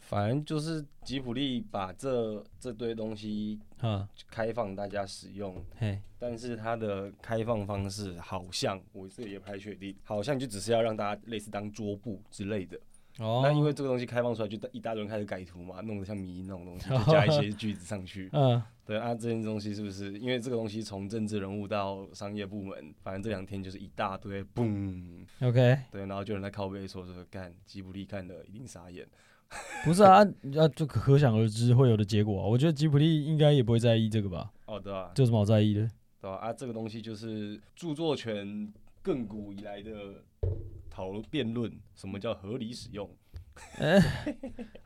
反正就是吉普力把这这堆东西嗯，开放大家使用，嘿，但是它的开放方式好像我自己也不太确定，好像就只是要让大家类似当桌布之类的。哦，。那因为这个东西开放出来，就一大堆人开始改图嘛，弄得像迷因那种东西，就加一些句子上去嗯，对啊，这件东西是不是因为这个东西从政治人物到商业部门，反正这两天就是一大堆嘣， OK，对，然后就有人在靠背说说干吉卜力看的一定傻眼。不是啊，啊，就可可想而知会有的结果啊。我觉得吉普力应该也不会在意这个吧，哦，对啊，这有什么好在意的？对吧、啊？这个东西就是著作权亘古以来的讨论辩论，什么叫合理使用？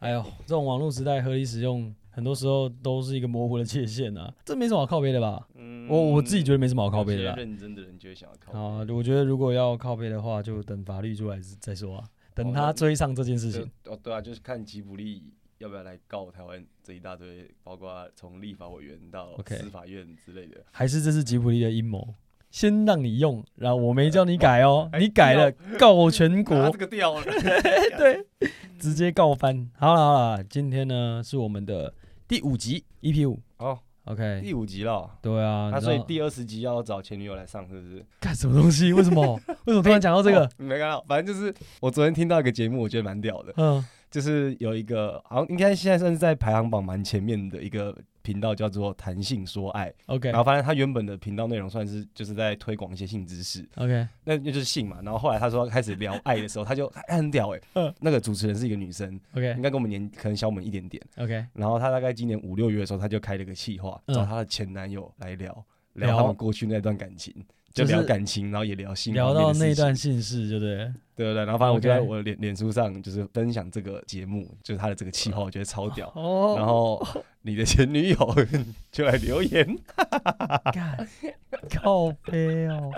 哎呦，这种网络时代合理使用，很多时候都是一个模糊的界限啊，这没什么好靠背的吧？嗯我我自己觉得没什么好得靠背的啦。认真的嗯人就会想要靠背。啊，我觉得如果要靠背的话，就等法律出来再说啊，等哦他那追上这件事情。就哦，对啊，就是看吉卜力要不要来告台湾这一大堆，包括从立法委员到 OK 司法院之类的。还是这是吉普力的阴谋，先让你用，然后我没叫你改哦，哎你改了告 全拿国啊这，个掉 了，对，直接告翻。好了好了，今天呢是我们的第五集 EP 五哦， ，OK，第五集了。对啊，啊，哎你知所以道第二十集要找前女友来上，是不是？ 干什么东西？为 什么？为什么突然讲到这个哦？你没看到，反正就是我昨天听到一个节目，我觉得蛮屌的，嗯，就是有一个好像应该现在算是在排行榜蛮前面的一个频道，叫做“谈性说爱”。 OK 然后发现他原本的频道内容算是就是在推广一些性知识， OK，那那就是性嘛。然后后来他说开始聊爱的时候，他就哎很屌哎、 嗯那个主持人是一个女生，应 OK 该跟我们年可能小我们一点点。 OK，然后她大概今年五六月的时候，她就开了个企划，嗯找她的前男友来聊聊聊他们过去那段感情，就就是聊感情，然后也聊性方面聊的到事那情段姓氏，对不对？对对对。然后反正我就在 OK 我的脸脸书上就是分享这个节目，就是她的这个企划，我觉得超屌。哦， 然后你的前女友就来留言，干靠 背哦，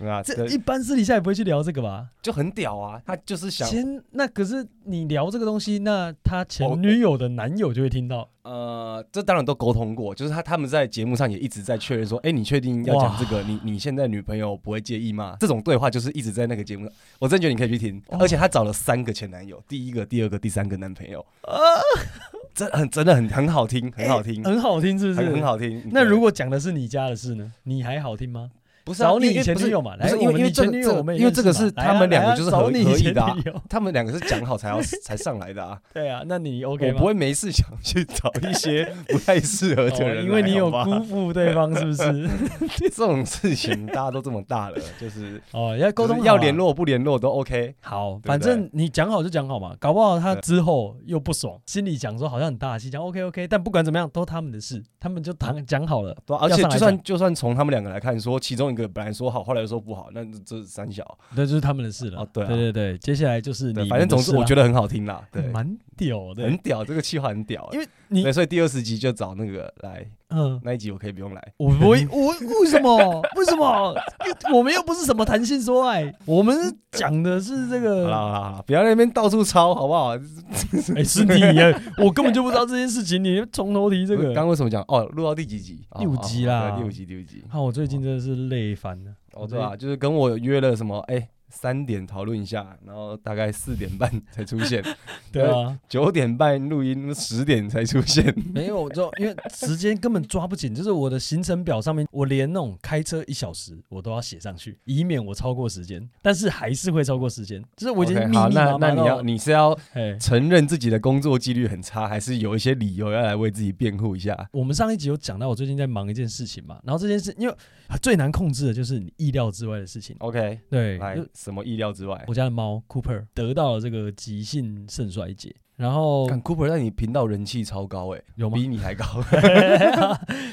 啊，这一般私底下也不会去聊这个吧？就很屌啊，他就是想前那可是你聊这个东西，那他哦前女友的男友就会听到，呃，这当然都沟通过，就是他他们在节目上也一直在确认说，哎、你确定要讲这个？你你现在女朋友不会介意吗？这种对话就是一直在那个节目上，我真的觉得你可以去听。哦而且他找了三个前男友，第一个、第二个、第三个男朋友，啊真很真的很很好听，很好听，很好听，是哎呃不是？嗯很很。好听。那对如果讲的是你家的事呢？你还好听吗？不是、啊、找你因为前不女是友嘛，不来，是因我为们因为你这前个女友这我们也因为认这个识嘛是来他啊们两来啊个就是找合你合意前的啊女友他们两个是讲好才 要才上来的啊。对啊，那你 OK 我吗？不会没事想去找一些不太适合的哦人来、啊因为你有好吧辜负对方，是不 是？这种事情大家都这么大 了，就是哦，要沟就通是要好啊联。络不联络都 OK。好，对反不对正你讲好就讲好嘛，搞不好他对之后又不爽，心里讲说好像很大气，讲 OK 嗯 OK，但不管怎么样都他们的事，他们就谈讲好了。对啊、而且要上来就算就算从他们两个来看，说其中一个本来说好，后来又说不好，那这这三小，那就是他们的事了。哦对啊对对对，接下来就是对你，反正总之我觉得得很好听啦，对，蛮屌的很。屌，这个计划很屌，因为为你对，所以第二十集就找那个来，嗯，那一集我可以不用来，我我我为什么为什么我们又不是什么谈性说爱，我们讲的是这好啦 个。好啦好啦，不要在那边到处抄好不好？哎，是你耶，我根本就不知道这件事情，你从头提这我刚个。刚为什么讲哦？录到第几集？哦第五集哦啦对第五集第五集，看我最近真的是累翻了。哦对啊，就是跟我约了什么哎。三点讨论一下，然后大概四点半 才出现，对啊，九点半录音，十点才出现。没有，就因为时间根本抓不紧，就是我的行程表上面，我连那种开车一小时我都要写上去，以免我超过时间。但是还是会超过时间，就是 我已经 OK，密密好，麻那麻那你到要你是要哎，承认自己的工作纪律很差，还是有一些理由要来为自己辩护一下？我们上一集有讲到，我最近在忙一件事情嘛，然后这件事因为最难控制的就是你意料之外的事情。 OK，对，来就，什么意料之外？我家的猫 Cooper 得到了这个急性肾衰竭，然后看 Cooper 在你频道人气超高哎、有吗？比你还高。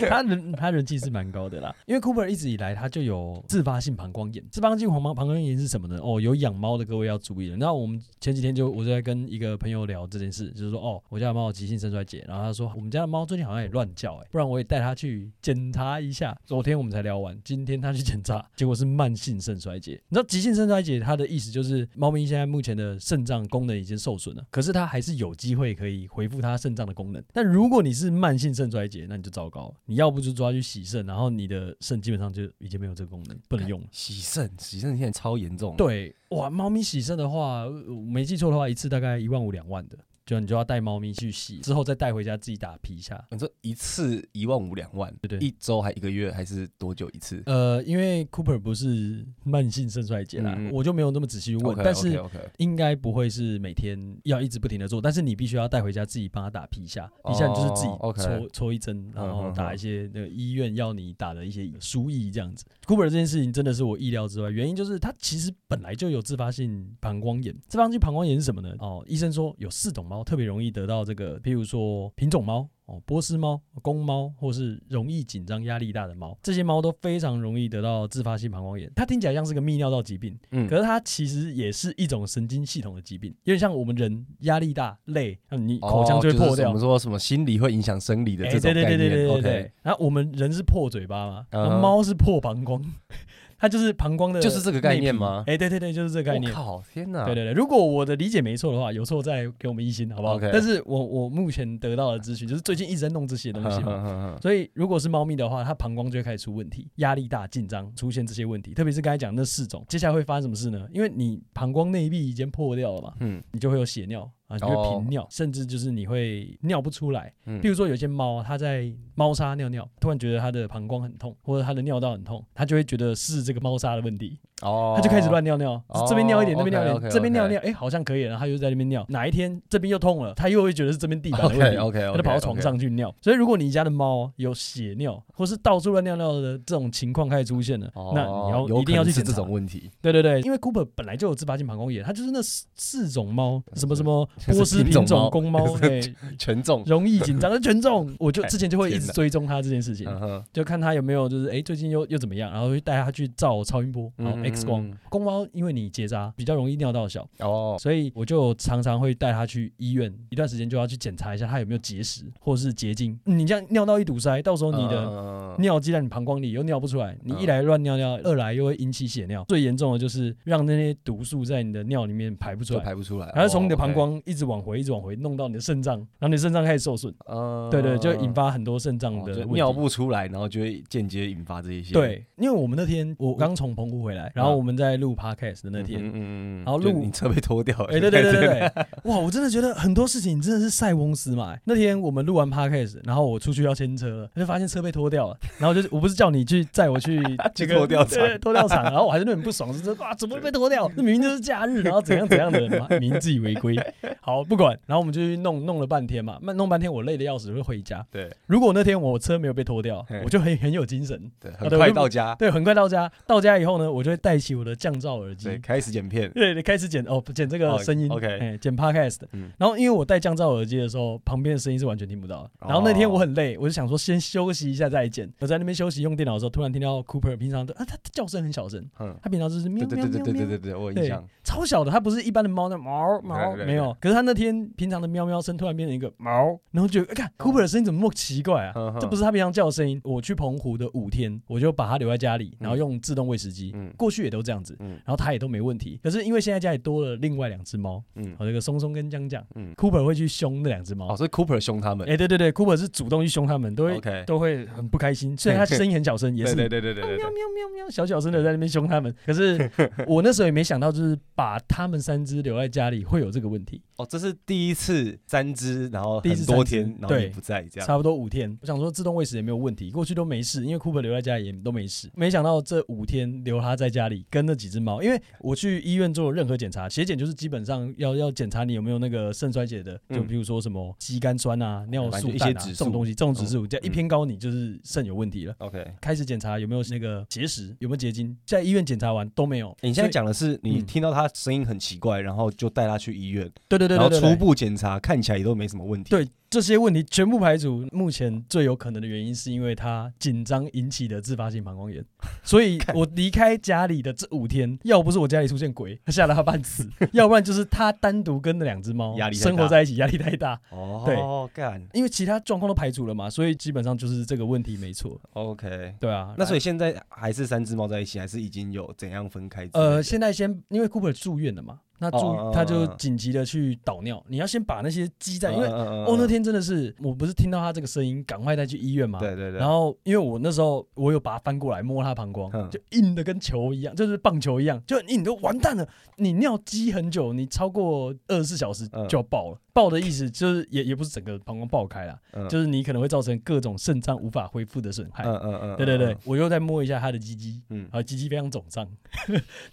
他人他人气是蛮高的啦，因为 Cooper 一直以来他就有自发性膀胱炎。自发性膀胱膀胱炎是什么呢？哦，有养猫的各位要注意了。那我们前几天就我就在跟一个朋友聊这件事，就是说哦，我家的猫有急性肾衰竭，然后他说我们家的猫最近好像也乱叫、欸，哎，不然我也带它去检查一下。昨天我们才聊完，今天他去检查，结果是慢性肾衰竭。你知道急性肾衰竭它的意思就是猫咪现在目前的肾脏功能已经受损了，可是它还是有机会可以恢复它肾脏的功能。但如果你是慢性肾衰竭，那你就糟糕了，你要不就抓去洗肾，然后你的肾基本上就已经没有这个功能，不能用了。洗肾，洗肾现在超严重。，对，哇，猫咪洗肾的话，呃我没记错的话，一次大概一万五两万的，就你就要带猫咪去洗，之后再带回家自己打皮一下。你说一次一万五两万，对对一周还一个月还是多久一次？呃，因为 Cooper 不是慢性肾衰竭啦，嗯我就没有那么仔细去问 OK，但是 OK，OK 应该不会是每天要一直不停的做，但是你必须要带回家自己帮他打皮下，皮下你就是自己哦，OK 抽、抽一针，然后嗯嗯打一些那个医院要你打的一些输液这样子。Cooper 这件事情真的是我意料之外，原因就是他其实本来就有自发性膀胱炎。自发性膀胱炎是什么呢？哦，医生说有四种猫特别容易得到这个，譬如说品种猫。哦，波斯猫、公猫，或是容易紧张、压力大的猫，这些猫都非常容易得到自发性膀胱炎。它听起来像是个泌尿道疾病，嗯可是它其实也是一种神经系统的疾病，有点像我们人压力大、累，让你口腔哦就会破掉。我们哦说什么心理会影响生理的哎这种对对概对对对念对，OK，对。然后我们人是破嘴巴嘛，嗯然后猫是破膀胱，它就是膀胱的内皮，就是这个概念吗哎，对对对，就是这个概念我。靠，天哪！对对对，如果我的理解没错的话，有错再给我们一星，好不好 OK 但是我我目前得到的资讯就是最近一直在弄这些东西 嘛，嗯所以如果是猫咪的话，它膀胱就会开始出问题，压力大、紧张，出现这些问题。特别是刚才讲那四种，接下来会发生什么事呢？因为你膀胱内壁已经破掉了嘛，嗯你就会有血尿啊，你就会频尿，甚至就是你会尿不出来。嗯比如说有些猫，它在猫砂尿尿，突然觉得它的膀胱很痛，或者它的尿道很痛，它就会觉得是这个猫砂的问题，哦，它就开始乱尿尿，哦这边尿一点，那边尿一点， OK，OK，OK 这边尿尿，哎、好像可以了，然后它又在那边尿。哪一天这边又痛了，它又会觉得是这边地哦板的问题 OK，OK，OK，它就跑到床上去尿。所以如果你家的猫有血尿，或是到处乱尿尿的这种情况开始出现了，哦，那你要有一定要可能去是检查这种问题， 对对对，因为 Cooper 本来就有自发性膀胱炎，它就是那四四种 猫，什么什么就是波斯品品种种猫 公猫，对，权重。容易紧张的权 重，我就之前就会一天直哪追踪它这件事情，嗯哼，就看它有没有就是哎最近又又怎么样，然后就带它去照超音波，然后嗯 X 光。嗯公猫因为你结扎比较容易尿道小，哦，所以我就常常会带它去医院，一段时间就要去检查一下它有没有结石或是结晶。你这样尿道一堵塞，到时候你嗯的的尿积在你膀胱里又尿不出来，你一来乱尿尿，二来又会引起血尿，最严重的就是让那些毒素在你的尿里面排不出就来，排不出来，然后从你的哦膀，胱一直往回，一直往回，弄到你的肾脏，然后你的肾脏开始受损，嗯对对，就引发很多肾脏哦的就问题尿。不出来，然后就会间接引发这一些。对，因为我们那天我刚从澎湖回来，然后我们在录 podcast 的那嗯嗯哼，天，嗯嗯嗯，然后就路你车被拖掉了，哎、对对对对对，哇！我真的觉得很多事情真的是塞翁失马、那天我们录完 podcast，然后我出去要牵车了，就发现车被拖掉了，然后就是我不是叫你去载 我去这个拖吊场对对拖吊场，然后我还是那很不爽，就是哇，怎么会被拖掉？那明明就是假日，然后怎样怎样的，妈明明自己违规。好，不管，然后我们就去弄弄了半天嘛，那弄半天我累的要死，会回家。对如果那天我车没有被拖掉嘿，我就很很有精神。对，啊很对我快就到家，对，很快到家，到家以后呢，我就会戴起我的降噪耳机，对，开始剪片，对，你开始剪哦，剪这个哦声音、 OK 哎剪 podcast。嗯然后因为我戴降噪耳机的时候，旁边的声音是完全听不到的。然后那天我很累，我就想说先休息一下再剪。我在那边休息用电脑的时候，突然听到 Cooper 平常的啊，他他叫声很小声，嗯，他平常就是对喵对喵对喵对对对喵对。对，我有印对象，，超小的，它不是一般的猫那毛毛对对对没有，可是它那天平常的喵喵声突然变成一个毛，然后觉得，哎看 Cooper 的声音怎么那么奇怪啊？嗯这不是是他平常叫的声音。我去澎湖的五天，我就把它留在家里，然后用自动喂食机。嗯过去也都这样子，嗯然后它也都没问题。可是因为现在家里多了另外两只猫，哦嗯好，这个松松跟江江嗯， ，Cooper 会去凶那两只猫哦，。所以 Cooper 凶他们哎，对对对，Cooper 是主动去凶它们，都会 OK 都会很不开心。 虽然它声音很小声，也是对对对对对对喵对，喵喵喵，小小声的在那边凶它们。可是我那时候也没想到，就是把它们三只留在家里会有这个问题。哦，这是第一次三只，然后第一次很多三只天，然后你对不在 这样，差不多五天。我想说自动喂食也没有问题，过去都没事，因为 Cooper 留在家里也都没事。没想到这五天留他在家里跟那几只猫，因为我去医院做任何检查，血检就是基本上要要检查你有没有那个肾衰竭的，嗯就比如说什么肌酐酸啊、尿反素正就一氮些啊指这数嗯种东西，这种指数只要一偏高，你就是肾有问题了。 OK，欸开始检查有没有那个结石，有没有结晶，在医院检查完都没有。欸你现在讲的是你嗯听到他声音很奇怪，然后就带他去医院，所以，对对对然后对对初对，步检查看起来也都没什么问题。对这些问题全部排除，目前最有可能的原因是因为他紧张引起的自发性膀 胱炎。所以我离开家里的这五天，要不是我家里出现鬼，吓得他半 死；要不然就是他单独跟那两只猫压力太大生活在一起，压力太大。哦，干因为其他状况都排除了嘛，所以基本上就是这个问题没错。 ，OK。对啊，那所以以现在还是三只猫在一起，还是已经有怎样分开之类的？呃呃，现在先因为 Cooper 住院了嘛。那哦哦注哦他就哦紧急的去导尿，你要先把那些积在，因为哦哦那天真的是，我不是听到他这个声音，赶快带去医院嘛。对对对，啊然后，因为我那时候我有把它翻过来摸它膀胱，嗯就硬的跟球一样，就是棒球一样，就很硬，都完蛋了。你尿积很久，你超过二十四小时嗯就要爆了。爆的意思就是也也不是整个膀胱爆开啦，嗯就是你可能会造成各种肾脏无法恢复的损害。嗯嗯嗯，对对对嗯，，我又再摸一下他的鸡鸡，嗯啊，鸡鸡非常肿胀，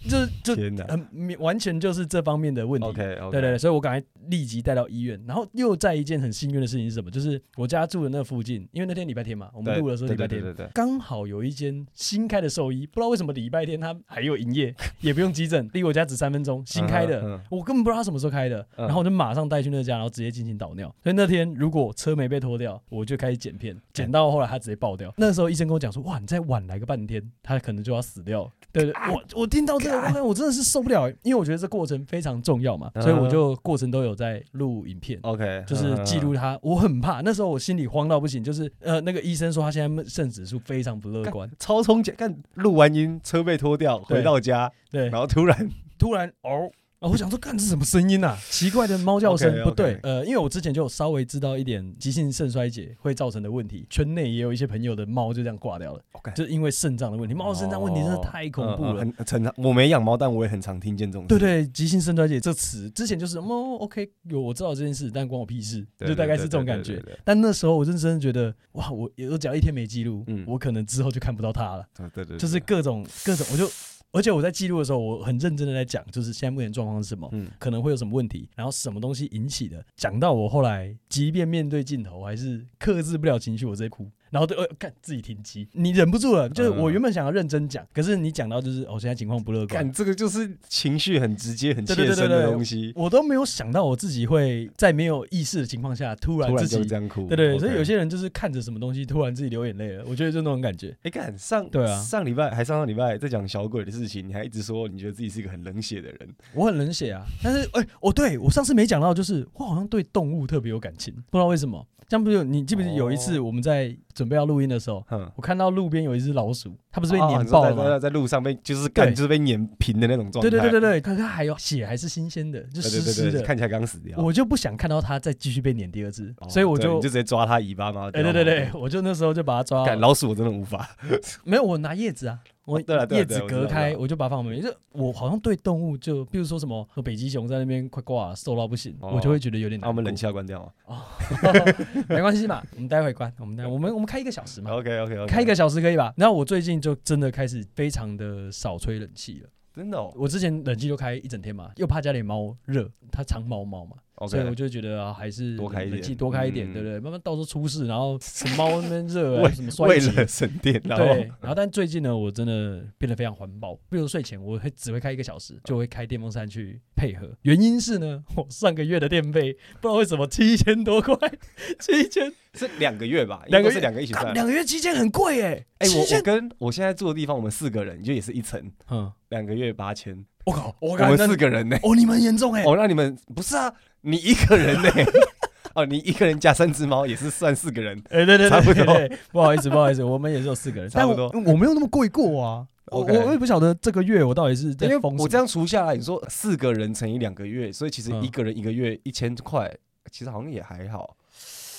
就是就天哪很明完全就是这方面的问题。 ，OK OK，对对对，所以我赶快立即带到医院，然后又在一件很幸运的事情是什么？就是我家住的那附近，因为那天礼拜天嘛，我们录的时候礼对拜对对天，对对，刚好有一间新开的兽医，不知道为什么礼拜天他还有营业， 也不用急诊，离我家只三分钟，新开的，嗯嗯我根本不知道他什么时候开的，嗯然后我就马上带去那家，然后直接进行导尿。所以那天如果车没被拖掉，我就开始剪片，剪到后来他直接爆掉。那时候医生跟我讲说，哇，你再晚来个半天，他可能就要死掉了。对对，我我听到这个，哇，我真的是受不了、因为我觉得这过程非常重要嘛，所以我就过程都有在录影片。 OK，嗯就是记录他，我很怕。那时候我心里慌到不行，就是呃，那个医生说他现在肾指数非常不乐观，超充钱，看录完音车被拖掉，对回到家，对然，后 突然突然哦。啊！我想说，干这是什么声音呐、啊？奇怪的猫叫声 OK，OK 不对。呃，因为我之前就有稍微知道一点急性肾衰竭会造成的问题，圈内也有一些朋友的猫就这样挂掉了， OK 就是因为肾脏的问题。猫的肾脏问嗯题真的太恐怖了。哦嗯嗯很很常我没养猫，但我也很常听见这种事。对对，急性肾衰竭这词之前就是哦 OK，有我知道这件事，但关我屁事，对，就大概是这种对感觉。。对但那时候我认真地觉得，哇，我我只要一天没记录，嗯我可能之后就看不到它了。对对对对，对就是各种各种，我就而且我在记录的时候，我很认真的在讲，就是现在目前状况是什么，嗯可能会有什么问题，然后什么东西引起的。讲到我后来，即便面对镜头，还是克制不了情绪，我直接哭。然后对，呃，看自己停机，你忍不住了。就是嗯我原本想要认真讲，可是你讲到就是，哦，现在情况不乐 观干，这个就是情绪很直接、很对对切对对身的对东西，我都没有想到我自己会在没有意识的情况下，突然突然自就这己，样哭。对对，所以 OK 有些人就是看着什么东西，突然自己流眼泪了。我觉得就那种感觉。哎，干上对啊上礼拜还上上礼拜在讲小鬼的事情，你还一直说你觉得自己是一个很冷血的人，我很冷血啊，但是哎、我对我上次没讲到，就是我好像对动物特别有感情，不知道为什么。像不是有你记不记得有一次我们在准备要录音的时候，哼，我看到路边有一只老鼠，它不不是被碾爆了吗？啊在在路上被就是干对就是被碾平的那种状态，对对对对对，可是它还有血还是新鲜的，就对湿对湿对对的，看起来刚死掉。我就不想看到它再继续被碾第二次，哦所以我对就你就直接抓它尾巴嘛。哎、对对对，，哦我就那时候就把它抓干好，老鼠我真的无法。没有我拿叶子啊。我哦对了对了叶对子了我知道隔我开，知道我就把它放旁边。就我好像对动物，就比如说什么北极熊在那边快挂了，瘦到不行，哦我就会觉得有点难那过。我们冷气要关掉吗 没关系嘛，我们待会关，我们待我们我们开一个小时嘛， ？OK OK OK，嗯开一个小时可以吧？然后我最近就真的开始非常的少吹冷气了。真的哦我之前冷气就开一整天嘛，又怕家里猫热，它长毛猫嘛，所以我，OK，就觉得啊，还是多开一点冷气多开一点，嗯对不对？慢慢到时候出事，然后 什么猫那边热啊，为什么衰为竭了。省电，然对后，然后但最近呢，我真的变得非常环保。比如睡前，我会只会开一个小时，就会开电风扇去配合。原因是呢，我上个月的电费不知道为什么七千多块， 七千是两个月吧，两应该个是月两个一起干算。两个月期间很贵哎、哎，七我我千，跟我现在住的地方，我们四个人就也是一层，嗯，两个月八千，我靠，我我靠，们那四个人呢。哦，你们很严重哎、哦，那你们不是啊？你一个人 呢？哦，你一个人加三只猫也是算四个人。哎、对对对差不对多对，对不好意思，不好意思，我们也是有四个人，差不多但我我没有那么贵 过啊。我 OK 我我也不晓得这个月我到底是在因为疯什么我这样除下来，你说四个人乘以两个月，所以其实嗯一个人一个月一千块，其实好像也还好。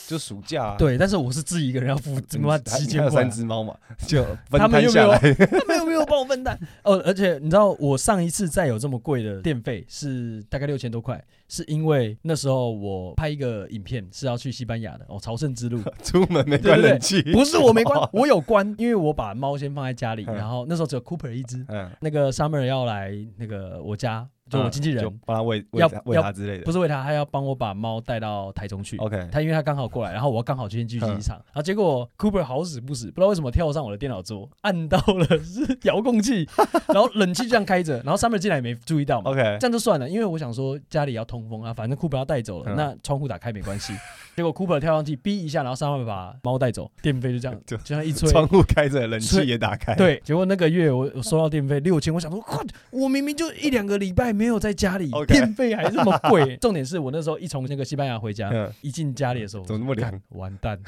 就暑假、啊，对，但是我是自己一个人要付他嗯，妈还七还千有块三啊，只猫嘛， 就分他们摊又没下有来。 他们有没有帮我分担？哦，而且你知道我上一次再有这么贵的电费是大概六千多块，是因为那时候我拍一个影片是要去西班牙的哦，朝圣之 路，出门没关冷气，，不是我没关我有关，因为我把猫先放在家里，哦嗯然后那时候只有 Cooper 一只，嗯，那个 Summer 要来那个我家，就我经纪人，啊就帮他喂喂要它喂要它之类的。不是为他，他要帮我把猫带到台中去。 OK，他因为他刚好过来，然后我刚好今天去机嗯场，然后结果 Cooper 好死不死，不知道为什么跳上我的电脑桌，按到了是遥控 器，然后冷气就这样开着，然后 Summer 进来也没注意哦到嘛， OK，这样就算了，因为我想说家里要通风啊，反正 Cooper 要带走了，嗯 那窗户打开没关系。结果 Cooper 跳上去逼一下，然后上万把猫带走，电费就这样，就就这样一吹。窗户开着，冷气吹也打开，，对，结果那个月我我收到电费六千，我想说，哇，我明明就一两个礼拜没有在家里 OK 电费还这么 贵。重点是我那时候一从那个西班牙回家，嗯，一进家里的时候，怎么那么凉干？完蛋，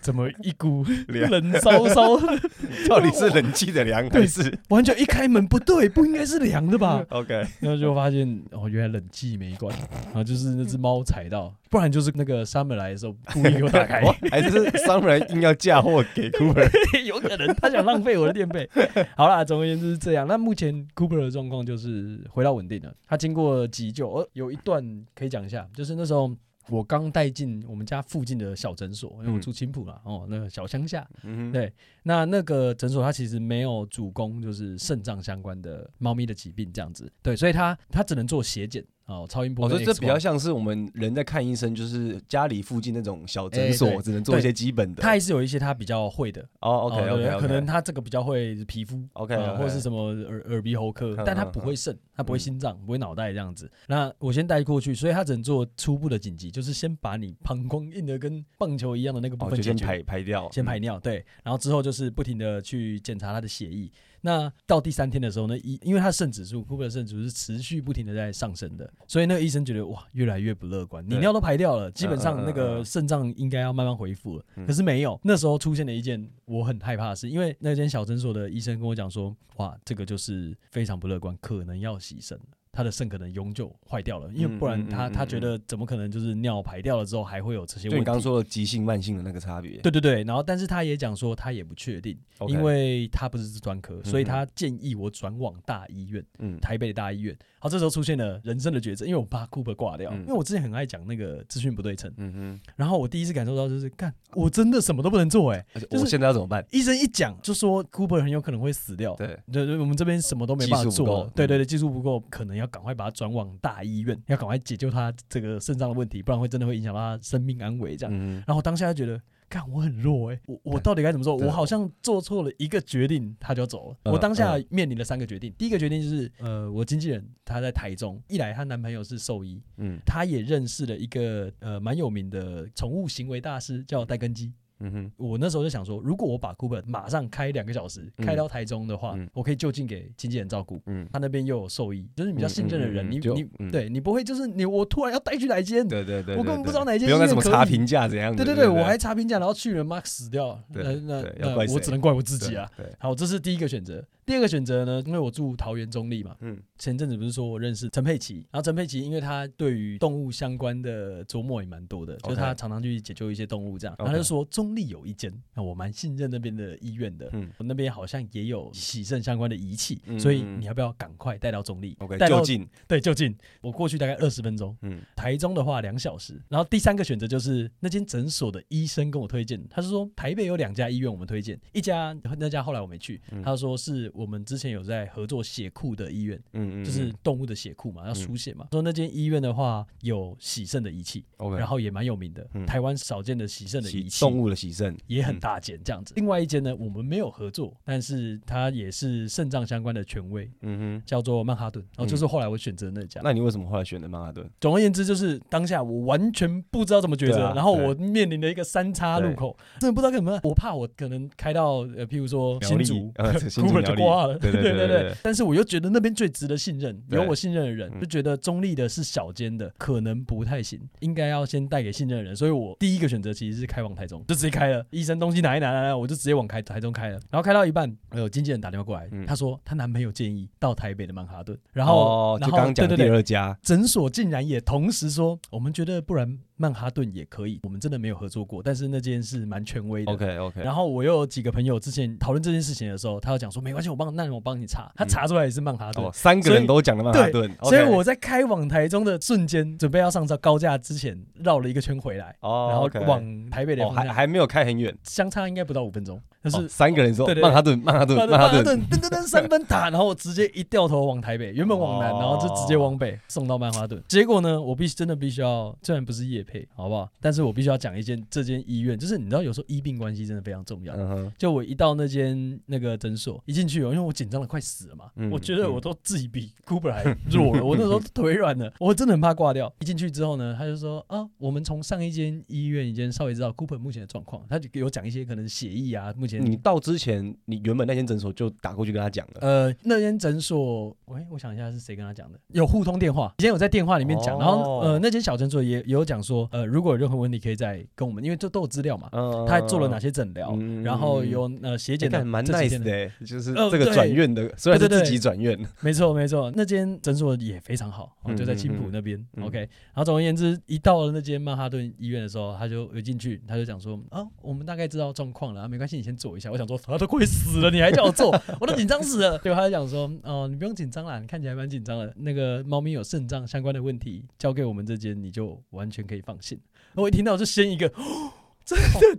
怎么一股 凉冷 飕飕？到底是冷气的凉还对是完全一开门不对，不应该是凉的吧？ OK？然后就发现哦，原来冷气没关，然后就是那只猫踩到，不然就是那个 summer 来的时候故意给我打开，哇还是商人硬要嫁祸给 Cooper？ 有可能他想浪费我的 电费。好啦，总而言之是这样。那目前 Cooper 的状况就是回到稳定了，他经过急救，哦，有一段可以讲一下，就是那时候。我刚带进我们家附近的小诊所，因为我嗯住青浦啦，哦，那个小乡下，嗯对那那个诊所它其实没有主攻就是肾脏相关的猫咪的疾病这样子，对，所以它它只能做血检哦，超音波我跟说 X 这光。比较像是我们人在看医生，就是家里附近那种小诊哎所，对只能做一对些基本的。它还是有一些它比较会的哦，OK 哦对 OK，可能它这个比较会皮肤 OK，呃 OK 或者是什么耳耳鼻喉科嗯，但它嗯不会肾，它不会嗯心脏，不会脑袋这样子。那我先带过去，所以它只能做初步的紧急，就是先把你膀胱硬的跟棒球一样的那个部哦，分就解先决。排排掉，嗯先排尿，对，然后之后就是不停的去检查他的血液。那到第三天的时候呢，医因为他的肾指数，库珀的肾指数是持续不停的在上升的，所以那个医生觉得哇，越来越不乐观，你对尿都排掉了，基本上嗯那嗯嗯个嗯肾脏应该要慢慢恢复了，嗯可是没有。那时候出现了一件我很害怕的事，因为那间小诊所的医生跟我讲说，哇，这个就是非常不乐观，可能要洗肾了。他的肾可能永久坏掉了，因为嗯不然嗯他嗯他嗯觉得怎么可能就是尿排掉了之后还会有这些就问你题？刚刚说的急性慢性的那个差别。对对对，然后但是他也讲说他也不确定 OK，嗯因为他不是专科，哼所以他建议我转往大医院，嗯台北的大医院。好，这时候出现了人生的抉择，因为我怕 Cooper 挂掉，嗯因为我之前很爱讲那个资讯不对称，嗯哼，然后我第一次感受到就是，干，我真的什么都不能做哎、而且就是我现在要怎么办？医生一讲就说 Cooper 很有可能会死掉。对，对对，我们这边什么都没办法技术不做够。嗯对对对，技术不够，可能要赶快把他转往大医院，要赶快解救他这个肾脏的问题，不然会真的会影响到他生命安危这样。嗯哼，然后我当下就觉得，看我很弱哎、我我到底该怎么做？对我好像做错了一个决定，他就要走了。嗯我当下面临了三个决定，第一个决定就是，呃，我经纪人她在台中，一来她男朋友是兽医，嗯她也认识了一个呃蛮有名的宠物行为大师，叫戴根基。嗯哼，我那时候就想说，如果我把 Cooper 马上开两个小时，嗯开到台中的话，嗯我可以就近给经纪人照顾。嗯，他那边又有兽医，就是你比较信任的嗯人，嗯嗯你就你、嗯对你不会就是你我突然要带去哪一间，对对对，我根对本不对知道哪一间不用再医什院么可查以评价怎样的。对对对对，我还差评价，然后去了 Max 死掉，对那那对要那怪谁我只能怪我自己对啊。对，好，这是第一个选择。第二个选择呢，因为我住桃园中立嘛，嗯前阵子不是说我认识陈佩琪，然后陈佩琪因为她对于动物相关的琢磨也蛮多的，就是 OK 她常常去解救一些动物这样。 OK 她就说中立有一间，那我蛮信任那边的医院的，嗯我那边好像也有洗肾相关的仪器，嗯所以嗯你要不要赶快带到中立，OK，带到就近，对就近。我过去大概二十分钟，嗯台中的话两小时，然后第三个选择就是那间诊所的医生跟我推荐，他是说台北有两家医院我们推荐，一家那家后来我没去，嗯他说是我们之前有在合作血库的医院，嗯嗯，就是动物的血库嘛，要输血嘛，说那间医院的话有洗肾的仪器， OK，然后也蛮有名的，嗯台湾少见的洗肾的仪洗器，动物的嗯洗肾也很大间这样子。另外一间呢，我们没有合作，但是它也是肾脏相关的权威。嗯叫做曼哈顿，然后就是后来我选择那家哼，。那你为什么后来选的曼哈顿？总而言之，就是当下我完全不知道怎么抉择，对啊然后我面临了一个三叉路对口，真的不知道该怎么办。我怕我可能开到呃，譬如说苗新栗竹，呃， 新竹 Cooper 苗就栗挂了，对对对对对。但是我又觉得那边最值得信任，对有我信任的人，嗯就觉得中立的是小间的，可能不太行，应该要先带给信任的人。所以我第一个选择其实是开往台中，就直接开了。医生东西拿一拿，拿一拿，我就直接往开台中开了。然后开到一半，呃有经纪人打电话过来，嗯她说她男朋友建议到台北的曼哈顿，然后、哦然就后刚刚讲对的对对第二家，诊所竟然也同时说，我们觉得不然曼哈顿也可以，我们真的没有合作过，但是那件事蛮权威的。 OK OK，然后我又有几个朋友之前讨论这件事情的时候，他有讲说没关系，我帮那我帮你查，他查出来也是曼哈嗯顿。哦，三个所以人都讲了曼哈顿，所以 OK 我在开往台中的瞬间，准备要上高架之前，绕了一个圈回来，哦然后 OK 往台北的哦方还向，还没有开很远，相差应该不到五分钟。但是哦三个人说对对对曼哈顿，曼哈顿，曼曼哈哈顿，顿噔噔噔三分塔，然后我直接一掉头往台北，原本往南，哦然后就直接往北送到曼哈顿。结果呢，我必须真的必须要，虽然不是夜配，好不好？但是我必须要讲一件，这间医院就是你知道，有时候医病关系真的非常重要。嗯哼，就我一到那间那个诊所，一进去哦，因为我紧张的快死了嘛，嗯我觉得我都自己比 Cooper 还弱了，我那时候腿软了，我真的很怕挂掉。一进去之后呢，他就说啊，我们从上一间医院已经稍微知道 Cooper 目前的状况，他就有讲一些可能血议啊，目前你到之嗯前，你原本那间诊所就打过去跟他讲了，呃，那间诊所，喂，我想一下是谁跟他讲的？有互通电话，以前有在电话里面讲，然哦后呃，那间小诊所也也有讲说，呃，如果有任何问题可以再跟我们，因为这都有资料嘛，嗯，呃他做了哪些诊疗，嗯然后有呃血也检的感蛮这几天 nice 的的欸，就是呃这个对转院的，虽然是对自对对己转院，没错没错，那间诊所也非常好，哦、嗯就在青浦那边。嗯嗯 OK，然后总而言之，一到了那间曼哈顿医院的时候，他就一进去，他就讲说啊，我们大概知道状况了，啊、没关系，你先做一下。我想说啊他都快死了，你还叫我做，我都紧张死了。结果他就讲说哦、你不用紧张啦，你看起来蛮紧张的。那个猫咪有肾脏相关的问题，交给我们这间，你就完全可以放心。我一听到就先一个。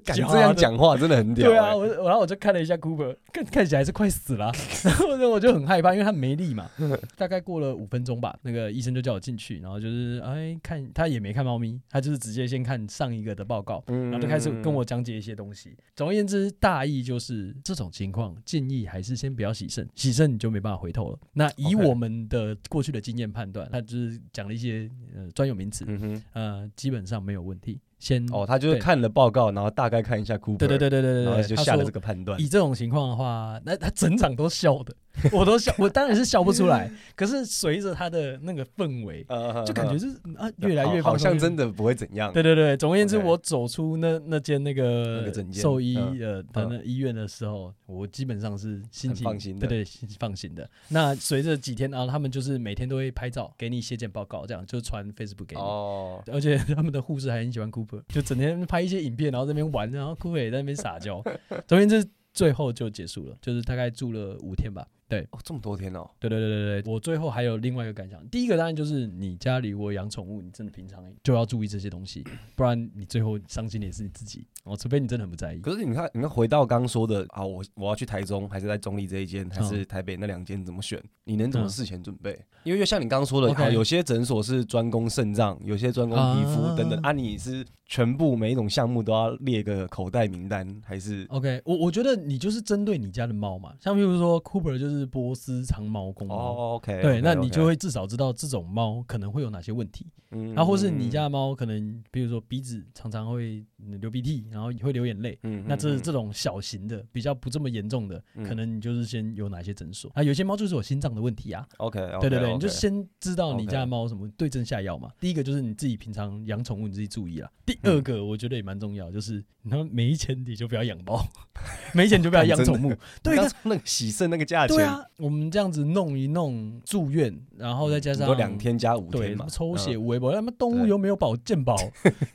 敢 假的这样讲话真的很屌欸。对啊，我我然后我就看了一下 Cooper，看看起来是快死了啊、 然后呢我就很害怕，因为他没力 嘛。大概过了五分钟吧，那个医生就叫我进去，然后就是哎看他也没看猫咪，他就是直接先看上一个的报告，嗯然后就开始跟我讲解一些东西。总而言之，大意就是这种情况，建议还是先不要洗肾，洗肾你就没办法回头了。那以 OK 我们的过去的经验判断，他就是讲了一些呃专有名词，嗯哼，呃基本上没有问题。先哦，他就是对看了报告，然后大概看一下 Cooper，对对对对对对然后对，就他下了说这个判断。以这种情况的话，那他整场都笑的， 我 都笑，我当然是笑不出来。可是随着他的那个氛围，呃就感觉呃是啊，越来越好好放松像。真的不会怎样。对对对，总而言之， OK 我走出那那间那那个个诊间兽医嗯呃的那医院的时候，我基本上是心很情放心的对对，心情放心的。那随着几天，然后他们就是每天都会拍照给你血检报告，这样就传 Facebook 给你。哦，而且 他们的护士还很喜欢 Cooper，就整天拍一些影片，然后在那边玩，然后 Cooper 也在那边撒娇。总而言之，最后就结束了，就是大概住了五天吧。对，哦，这么多天哦，对对对对对，我最后还有另外一个感想，第一个当然就是你家里如果养宠物，你真的平常就要注意这些东西，不然你最后伤心的也是你自己哦，除非你真的很不在意。可是你看，你看回到刚说的啊，我我要去台中，还是在中立这一间，还是台北那两间，怎么选？你能怎么嗯事前准备？因为就像你刚刚说的， OK 啊有些诊所是专攻肾脏，有些专攻皮肤啊等等啊，你是全部每一种项目都要列个口袋名单，还是 OK，我我觉得你就是针对你家的猫嘛，像譬如说 Cooper 就是波斯长毛公猫，哦，OK，对，那你就会至少知道这种猫可能会有哪些问题。嗯，然后或是你家的猫可能，比如说鼻子常常会嗯流鼻涕，然后也会流眼泪。嗯，嗯那这嗯这种小型的，比较不这么严重的，嗯可能你就是先有哪些诊所啊？有些猫就是有心脏的问题啊。 OK，对对对，你就先知道你 OK 家的猫什么对症下药嘛。第一个就是你自己平常养宠物你自己注意嗯啦。第二个我觉得也蛮重要，就是然后没钱你就不要养猫， 没钱你就不要养宠物。对，对那刚说那个洗肾那个价钱，对啊，我们这样子弄一弄住院，然后再加嗯你上说两天加五对，天什嘛么，抽嗯血、微博，那么动物对又没有保 健保，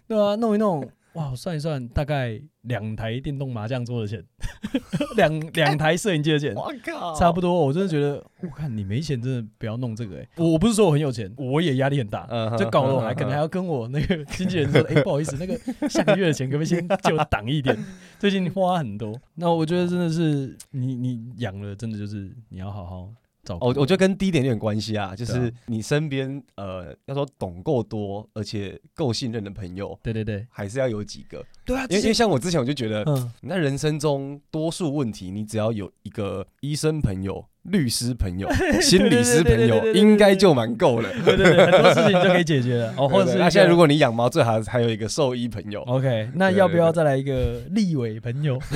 对啊，弄一弄，哇，我算一算，大概两台电动麻将桌的钱， 两两台摄影机的钱。我靠，差不多，我真的觉得，我看你没钱，真的不要弄这个、欸。我我不是说我很有钱，我也压力很大，嗯哼就搞得我还嗯哼可能还要跟我那 个经纪人说，哎、不好意思，那个下个月的钱可不可以先借我挡一点？最近花很多。那我觉得真的是，你你养了，真的就是你要好好照顾。哦，我觉得跟第一点有点关系啊，就对是啊你身边呃，要说懂够多，而且够信任的朋友，对对对，还是要有几个。对啊因为因为像我之前我就觉得，嗯，你在人生中多数问题，你只要有一个医生朋友、律师朋 友、心理师朋对对对对对友，对应该就蛮够了。对对对，很多事情就可以解决了。哦，或者对是哦对那现在如果果你养猫，最好还有一个兽医朋友。 OK，那对对要不要对再来一个立委朋友？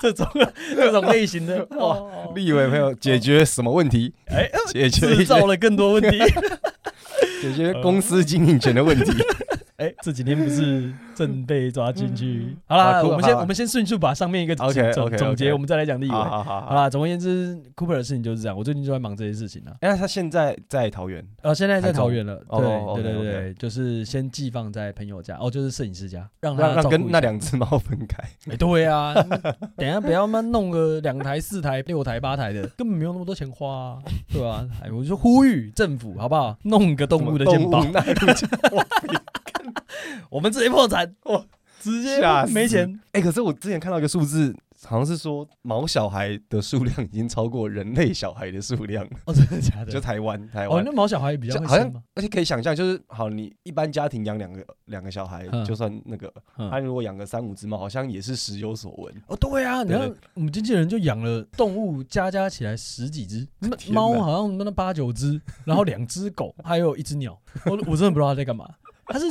这种这种类型的哇，哇，立委朋友解决什么问 题？哎，呃解决制一造些了更多问题。 解决公司经营权的问题。哎，这几天不是正被抓进去？嗯好啊啦，酷我们先好啊我们先迅速把上面一个 OK，OK，总 OK 总结，我们再来讲立委。好好好好好。啦，总而言之，Cooper 的事情就是这样。我最近就在忙这些事情啊。哎，那他现在在桃园。呃，现在在台中桃园了，哦哦对对对 OK，OK 对，就是先寄放在朋友家，哦，就是摄影师家，让他让让照顾跟一那下两只猫分开。 哎、对啊，等一下不要嘛弄个两台、四台、六台、八 台的，根本没有那么多钱花、啊，对啊，哎，我就呼吁政府好不好，弄个动物的什么 健保动物，纳入健保我们直接破产。直接吓死没钱。哎、可是我之前看到一个数字，好像是说毛小孩的数量已 经超过人类小孩的数量，哦，真的假的？就台湾台哦湾，。那毛小孩比较就会好生像吗？，而且可以想象，就是好，你一般家庭养两个两个小孩嗯，就算那个，嗯他如果养个三五只猫，好像也是时有所闻。哦，对啊，你对看我们经纪人就养了动物，加加起来十几只，那天哪猫好像那八九只，然后两只狗，还有一只鸟，我我真的不知道他在干嘛。他是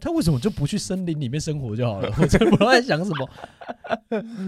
他为什么就不去森林里面生活就好了？我真的不知道在想什么，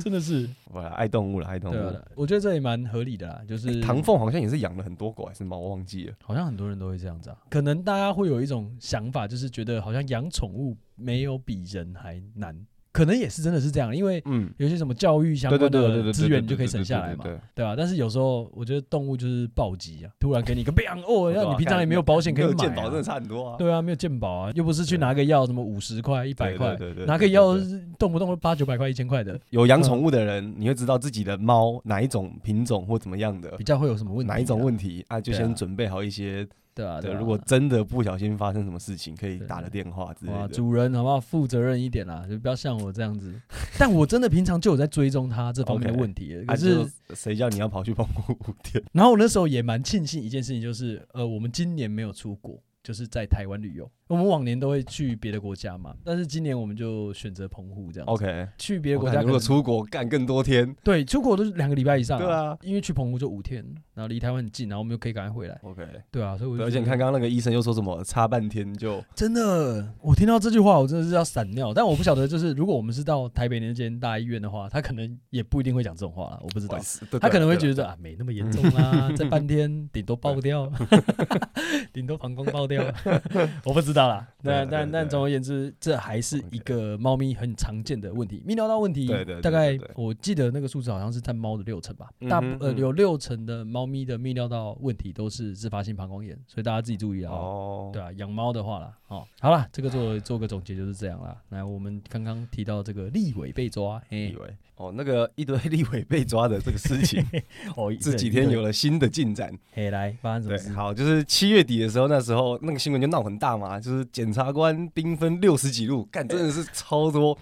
真的是我爱动物了，爱动对物啊。，我觉得这也蛮合理的啦，就是欸唐凤好像也是养了很多狗还是猫，我忘记了。好像很多人都会这样子啊，可能大家会有一种想法，就是觉得好像养宠物没有比人还难，可能也是真的是这样，因为嗯，有些什么教育相对对关对对对的对，资源就可以对对省下来对嘛，对对对啊吧、但是有时候我觉得动物就是暴 击啊，突然给你一个 bang 哦，对让对你啊平常看也没有保险可没以有买、健保真的啊，差很多啊。对啊，没有健保啊，又不是去对拿个药什么五十块、一百对，块对，对对，拿对个对药对嗯动不动八九百块、一千 块的，有养宠物的人，你会知道自己的猫哪一种品种或怎么样的比，较会有什么问题啊？哪一种题？问题啊，就对啊先准备好一些。对啊，对，啊如果真的不小心发生什么事情，可以对打个电话之类哇，的。主人好不好？负责任一点啦，就不要像我这 样子。但我真的平常就有在追踪他这方面的 OK 问题了啊可是、就谁叫你要跑去澎湖五天？然后我那时候也蛮庆幸一件事情，就是呃，我们今年没有出国，就是在台湾旅游。我们往年都会去别的国家嘛，但是今年我们就选择澎湖这样子 OK，去别的我国看家如可果能出国干更多天对出国都是两个礼拜以上、对啊，因为去澎湖就五天，然后离台湾很近，然后我们就可以赶快回来。 ，OK。对啊，所以我就对而且觉你得看，刚刚那个医生又说什么，差半天就真的，我听到这句话，我真的是要闪尿。但我不晓得，就是如果我们是到台北那间大医院的话，他可能也不一定会讲这种话啦，我不知道。对他可能会得觉得啊，没那么严重啦，这半 天顶多爆掉，顶多膀胱爆 掉，我不知道啦。对啊对那啊但对啊但总而言之，这还是一个猫咪很常见的问题，泌尿道问题。对对对大概对对我记得那个数字好像是占猫的六成吧，大部嗯哼呃嗯有六成的猫咪的泌尿道问题都是自发性膀胱炎，所以大家自己注意啊。哦，对啊，养猫的话啦，哦，好啦，这个做做个总结就是这样啦。来，我们刚刚提到这个立委被抓，嘿以，为哦那个一堆 立委被抓的这个事情，哦，这几天有了新的进展。嘿来发生什么对事，？好，就是七月底的时候，那时候那个新闻就闹很大嘛，就是检察官兵分六十几路，干真的是超多，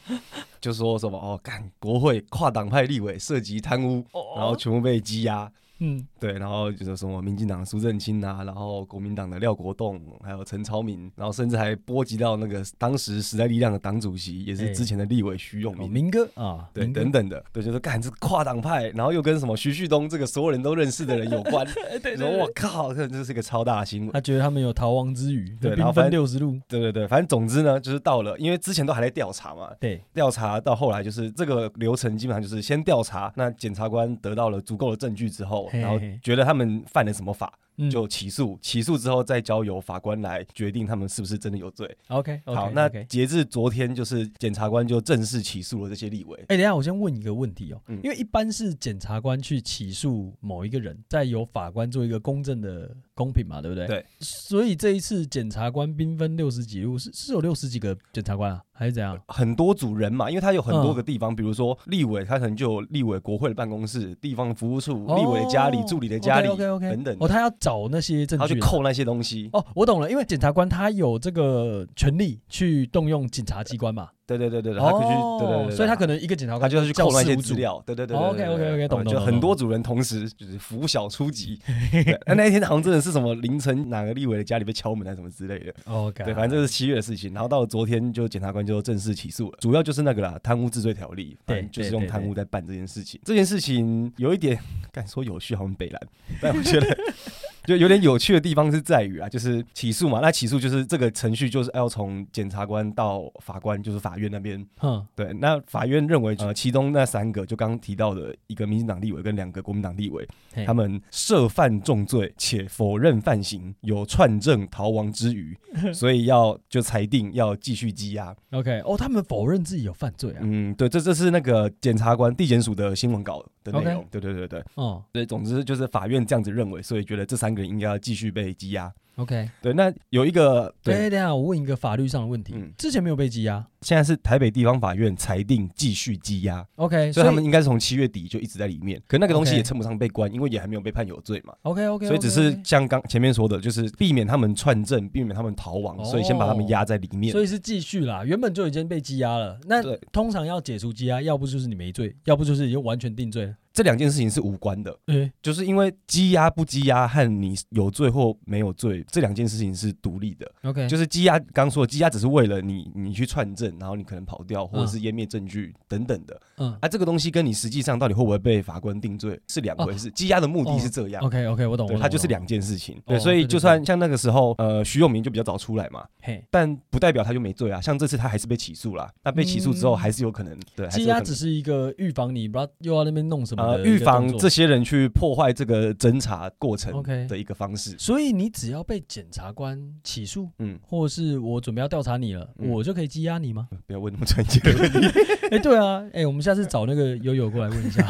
就说什么哦，干国会跨党派立委涉及贪污，然后全部被羁押。嗯，对，然后就是什么民进党的苏正清啊，然后国民党的廖国栋，还有陈超明，然后甚至还波及到那个当时时代力量的党主席，也哎是之前的立委徐永哦，明。明哥啊，对，明哥等，等的，对，就是干这跨党派，然后又跟什么徐旭东这个所有人都认识的人有关， 哎对对说我靠，这这是一个超大的新闻。他觉得他们有逃亡之余，对然兵后分反正六十路，对对对，反正总之呢，就是到了，因为之前都还在调查嘛，对，调查到后来就是这个流程基本上就是先调查，那检察官得到了足够的证据之后，嘿嘿然后觉得他们犯了什么法，嗯就起诉，起诉之后再交由法官来决定他们是不是真的有罪。 OK，哎好，那截至昨天，就是检察官就正式起诉了这些立委。哎，等一下，我先问一个问题哦嗯，因为一般是检察官去起诉某一个人，再由法官做一个公正的公平嘛，对不对？对。所以这一次检察官兵分六十几路，是是有六十几个检察官啊，还是怎样？很多组人嘛，因为他有很多个地方，比如说立委，他可能就有立委国会的办公室、地方服务处、立委的家里、助理的家里 o k o k 等等的，哦，他要找那些证他去据。啊扣那些东西。哦，我懂了，因为检察官他有这个权利去动用警察机关嘛，哦对对对对，对他可以去，对对对对，所以他可能一个检察他官就要去扣那叫四些五资组，料，对对对哦对对 OK，OK，OK，对对懂懂就懂很多主人同时就是拂晓出击。对那那一天好像真的是什么凌晨哪个立委的家里被敲门还是什么之类的，哦，对对，反正这是七月的事情。然后到了昨天，就检察官就正式起诉了，主要就是那个啦，贪污治罪条例，反对正就对是用对贪对污在办这件事情。这件事情有一点，敢说有趣好像北蓝，但我觉得。 就有点有趣的地方是在于啊，就是起诉嘛，那起诉就是这个程序就是要从检察官到法官，就是法院那边哼，对，那法院认为，呃，其中那三个就刚刚提到的一个民进党立委跟两个国民党立委，嘿他们涉犯重罪且否认犯行，有串证逃亡之 余，所以要就裁定要继续羁押。 OK，哦，他们否认自己有犯罪啊，嗯，对，这这是那个检察官地检署的新闻稿的内 OK 容。对对对对，哦，对，总之就是法院这样子认为，所以觉得这三个人应该要继续被羁押。 OK，对，那有一个对，哎，等一下我问一个法律上的问题嗯，之前没有被羁押现在是台北地方法院裁定继续羁押， ，OK，所所以他以们应该是从七月底就一直在里面。可那个东西 OK 也称不上被关，因为也还没有被判有罪嘛。 OK OK，所以只是像刚前面说的，就是避免他们串证，避免他们逃亡，哦所以先把他们压在里面所。以是继续啦，原本就已经被羁押了。那对通常要解除羁押，要不就是你没罪，要不就是已经完全定罪了。这两件事情是无关的，诶，就是因为羁押不羁押和你有罪或没有罪这两件事情是独立的。 OK，就是羁押，刚说的羁押只是为了你，你去串证，然后你可能跑掉或者是湮灭证据等等的。嗯啊，这个东西跟你实际上到底会不会被法官定罪是两哦回事。羁押的目的是这样。 ，OK OK，我懂，我对，懂它就是，我两件事情，哦对，所对以对就对算像那个时候，呃，徐永明就比较早出来嘛，懂嘿，但不代表他就没罪啊。像这次他还是被起诉啦，那被起诉之后嗯还是有可能，对，还是羁有押可只能。是一个预防你不要又要那边弄什么呃，的预一个动防作这些人去破坏这个侦查过程 OK 的一个方式。所以你只要被检察官起诉，嗯，或是我准备要调查你了，嗯我就可以羁押你吗？不要问那么专 业的问题。哎，对啊，哎，我们下次找那个悠悠过来 问一下，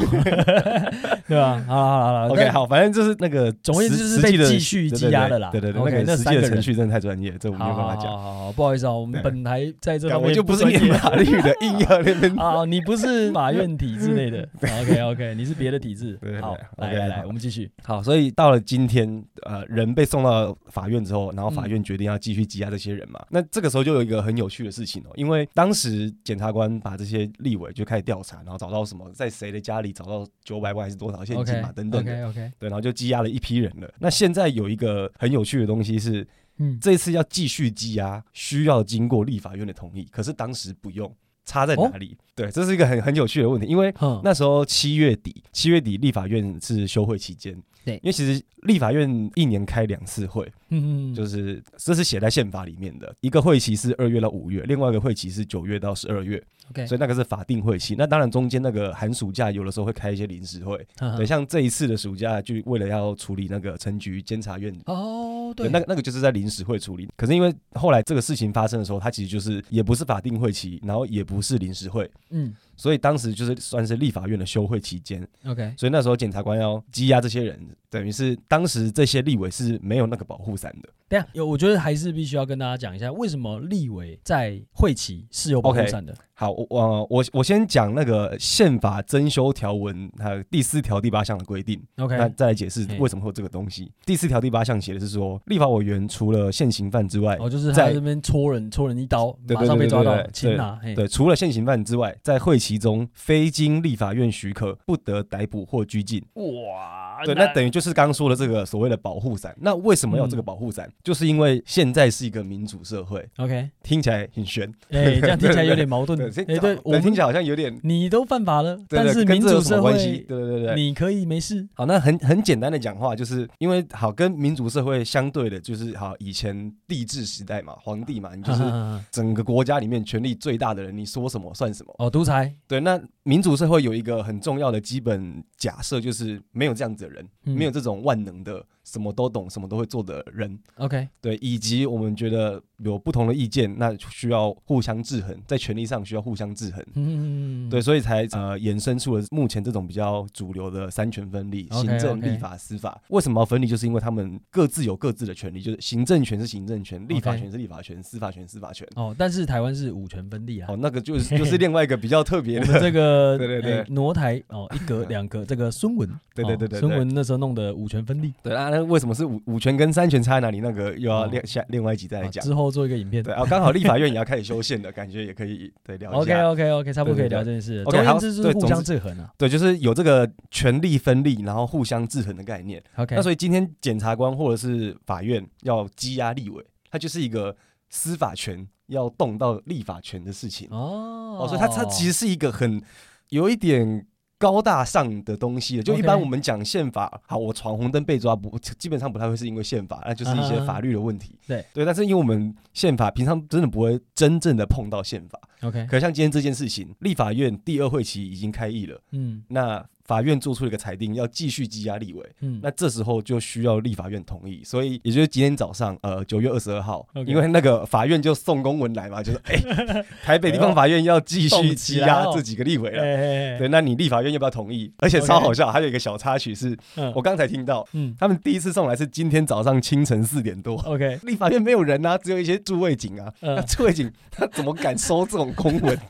对吧？好啦好啦好啦 OK，但好，反正就是那个实，总而言之就是被实际的继续对羁对押对了啦对对对， OK，那个那实三际个的人程序真的太专业，这我们没好有办好法好讲。好好，不好意思啊，我们本台在这对方我面就不是专业念法律的，硬要那边。 啊，你不是法院体制 内的，OK OK，你是别的体制对对。对好，来 OK，来好来，我们继续。好，所以到了今天，呃，人被送到法院之后，然后法嗯院决定要继续羁押这些人嘛。那这个时候就有一个很有趣的事情哦，因为当时检察官把这些立委就开始调查，然后找到什么在谁的家里找到九百万还是多少现金 OK 嘛等等的 OK OK，对，然后就羁押了一批人了。那现在有一个很有趣的东西是，嗯，这次要继续羁押，需要经过立法院的同意，可是当时不用，差在哦哪里？对，这是一个很很有趣的问题，因为哼那时候七月底，七月底立法院是休会期间，对因为其实立法院一年开两次会，嗯嗯就是是这是写在宪法里面的，一个会期是二月到五月，另外一个会期是九月到十二月， OK，所以那个是法定会期。那当然中间那个寒暑假有的时候会开一些临时会，对，以像这一次的暑假就为了要处理那个陈局监察院哦对对，，那个那个就是在临时会处理。可是因为后来这个事情发生的时候，它其实就是也不是法定会期，然后也不是临时会，嗯所以当时就是算是立法院的休会期间。 OK，所以那时候检察官要羁押这些人，等于是当时这些立委是没有那个保护伞的。等一下有我觉得还是必须要跟大家讲一下，为什么立委在会期是有保护 OK 伞的。好，我我我我先讲那个宪法增修条文，还有第四条第八项的规定。 OK，那再来解释嘿为什么会有这个东西。第四条第八项写的是说，立法委员除了现行犯之外，哦，就是他哎在在这边戳人，戳人一刀，对对马上被抓对到对，对擒拿。嘿，对，除了现行犯之外，在会期中非经立法院许可，不得逮捕或拘禁。哇，对，那等于就是刚刚说的这个所谓的保护伞。那为什么要有这个保护伞？就是因为现在是一个民主社会， OK，听起来很玄。哎，这样听起来有点矛盾。对，听哎，对，我听们起来好像有点，你都犯法了，对但对是跟民这有主什么社关系？会，对对对对。你可以没事。好，那很很简单的讲话，就是因为好跟民主社会相对的，就是好以前帝制时代嘛，皇帝啊嘛，你 就是整个国家里面权力最大的人，你说什么算什么。 哦，独裁，对，那民主社会有一个很重要的基本假设，就是没有这样子的人，嗯没有这种万能的、什么都懂、什么都会做的人。 OK，对，以及我们觉得有不同的意见，那需要互相制衡，在权力上需要互相制衡。嗯，对，所以才呃衍生出了目前这种比较主流的三权分立， OK，行政、 OK 立法、司法。为什么要分立？就是因为他们各自有各自的权利，就是行政权是行政权，立法 OK 权是立法权，司法权是司法权。哦，但是台湾是五权分立啊哦，，那个 就是就是另外一个比较特别我的们这 个对对对哎挪台哦，一格两格，这个孙文， 对对哦对对对孙文那时候弄的五权分立，对啊，那为什么是五五权跟三权差在哪里？那个又要哦另下另外一集再来啊讲。之后做一个影片对。啊，刚好立法院也要开始修宪了，感觉也可以对聊一 OK 哦下。 OK OK，差不多可对对以对聊这件事了。 OK，总而言好之就对是互总相之制衡啊。对，就是有这个权力分立，然后互相制衡的概念。 OK，那所以今天检察官或者是法院要羁押立委，它就是一个司法权要动到立法权的事情。哦哦，所以它它其实是一个很有一点高大上的东西的。就一 OK 般我们讲宪法，好，我闯红灯被抓不，基本上不太会是因为宪法，那就是一些啊法律的问题。对对，但是因为我们宪法平常真的不会真正的碰到宪法， OK，可像今天这件事情，立法院第二会期已经开议了，嗯那法院做出了一个裁定，要继续羁押立委。嗯，那这时候就需要立法院同意，所以也就是今天早上，呃，九月二十二号 OK 因为那个法院就送公文来嘛，就是哎、 台北地方法院要继续动羁起来押哦这几个立委哎了。哎对，哎那你立法院要不要同意？而且 OK 超好笑还有一个小插曲是，嗯我刚才听到嗯他们第一次送来是今天早上清晨四点多， ，OK，立法院没有人啊，只有一些驻卫警啊。嗯那驻卫警他怎么敢收这种公文？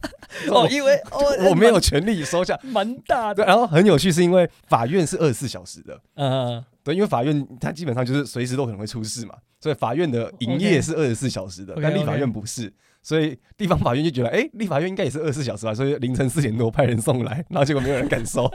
哦，因为我 哦，我没有权利收下。蛮蛮大对，啊的，然后很有趣，是因为法院是二十四小时的，嗯，对，因为法院它基本上就是随时都可能会出事嘛，所以法院的营业哦 OK 是二十四小时的 OK，但立 OK 法院不是，所以地方法院就觉得，哎、立法院应该也是二十四小时吧，啊所以凌晨四点多派人送来，然后结果没有人敢 收，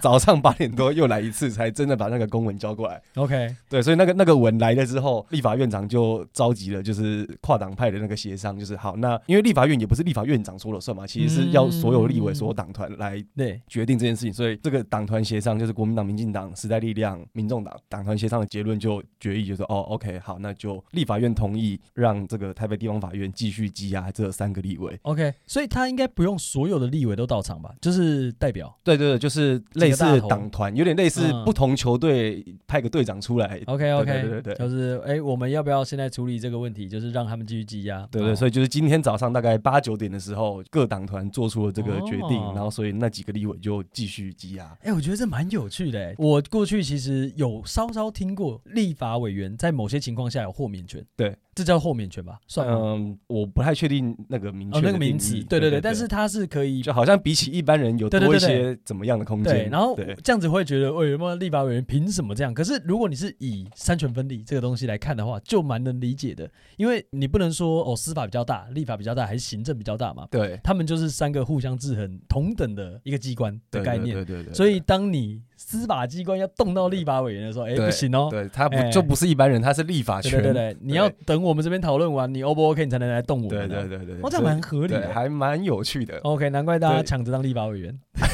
早上八点多又来一次，才真的把那个公文交过来。 OK，对，所以那个那个文来了之后，立法院长就召集了，就是跨党派的那个协商，就是好，那因为立法院也不是立法院长说了算嘛，其实是要所有立委、嗯所有党团来对，决定这件事情，所以这个党团协商就是国民党、民进党、时代力量、民众党党团协商的结论就决议，就说哦，OK，好，那就立法院同意让这个台北地方法院继续羁押这三个立委。 OK，所以他应该不用所有的立委都到场吧？就是代表。对对对，就是类似几个大头党团，有点类似嗯不同球队派个队长出来。 OK OK，对对对对就是哎、我们要不要现在处理这个问题？就是让他们继续积压。对对，所以以就是今天早上大概八九点的时候，各党团做出了这个决定，哦然后所以那几个立委就继续羁押。哎、我觉得这蛮有趣的、哎我过去其实有稍稍听过立法委员在某些情况下有豁免权，对，这叫豁免权吧？算吗？嗯，我不太确定那个嗯明确哦，的那个名定词，义对对对，但是他是可以就好像比起一般人有对对多一对些怎么样的空间。对，然后对这样子会觉得，喂，有没有立法委员凭什么这样？可是如果你是以三权分立这个东西来看的话，就蛮能理解的，因为你不能说哦，司法比较大，立法比较大，还是行政比较大嘛？对他们就是三个互相制衡、同等的一个机关的对概念。对对对对，所以，当你司法机关要动到立法委员的时候，哎，对不行哦。对他不哎就不是一般人，他是立法对权。对对对，你要等我们这边讨论完，你 O 不 OK，你才能来动我们啊、对对对对对哦，这样蛮合理对的。哦还蛮有趣的。 OK，难怪大家对抢着当立法委员。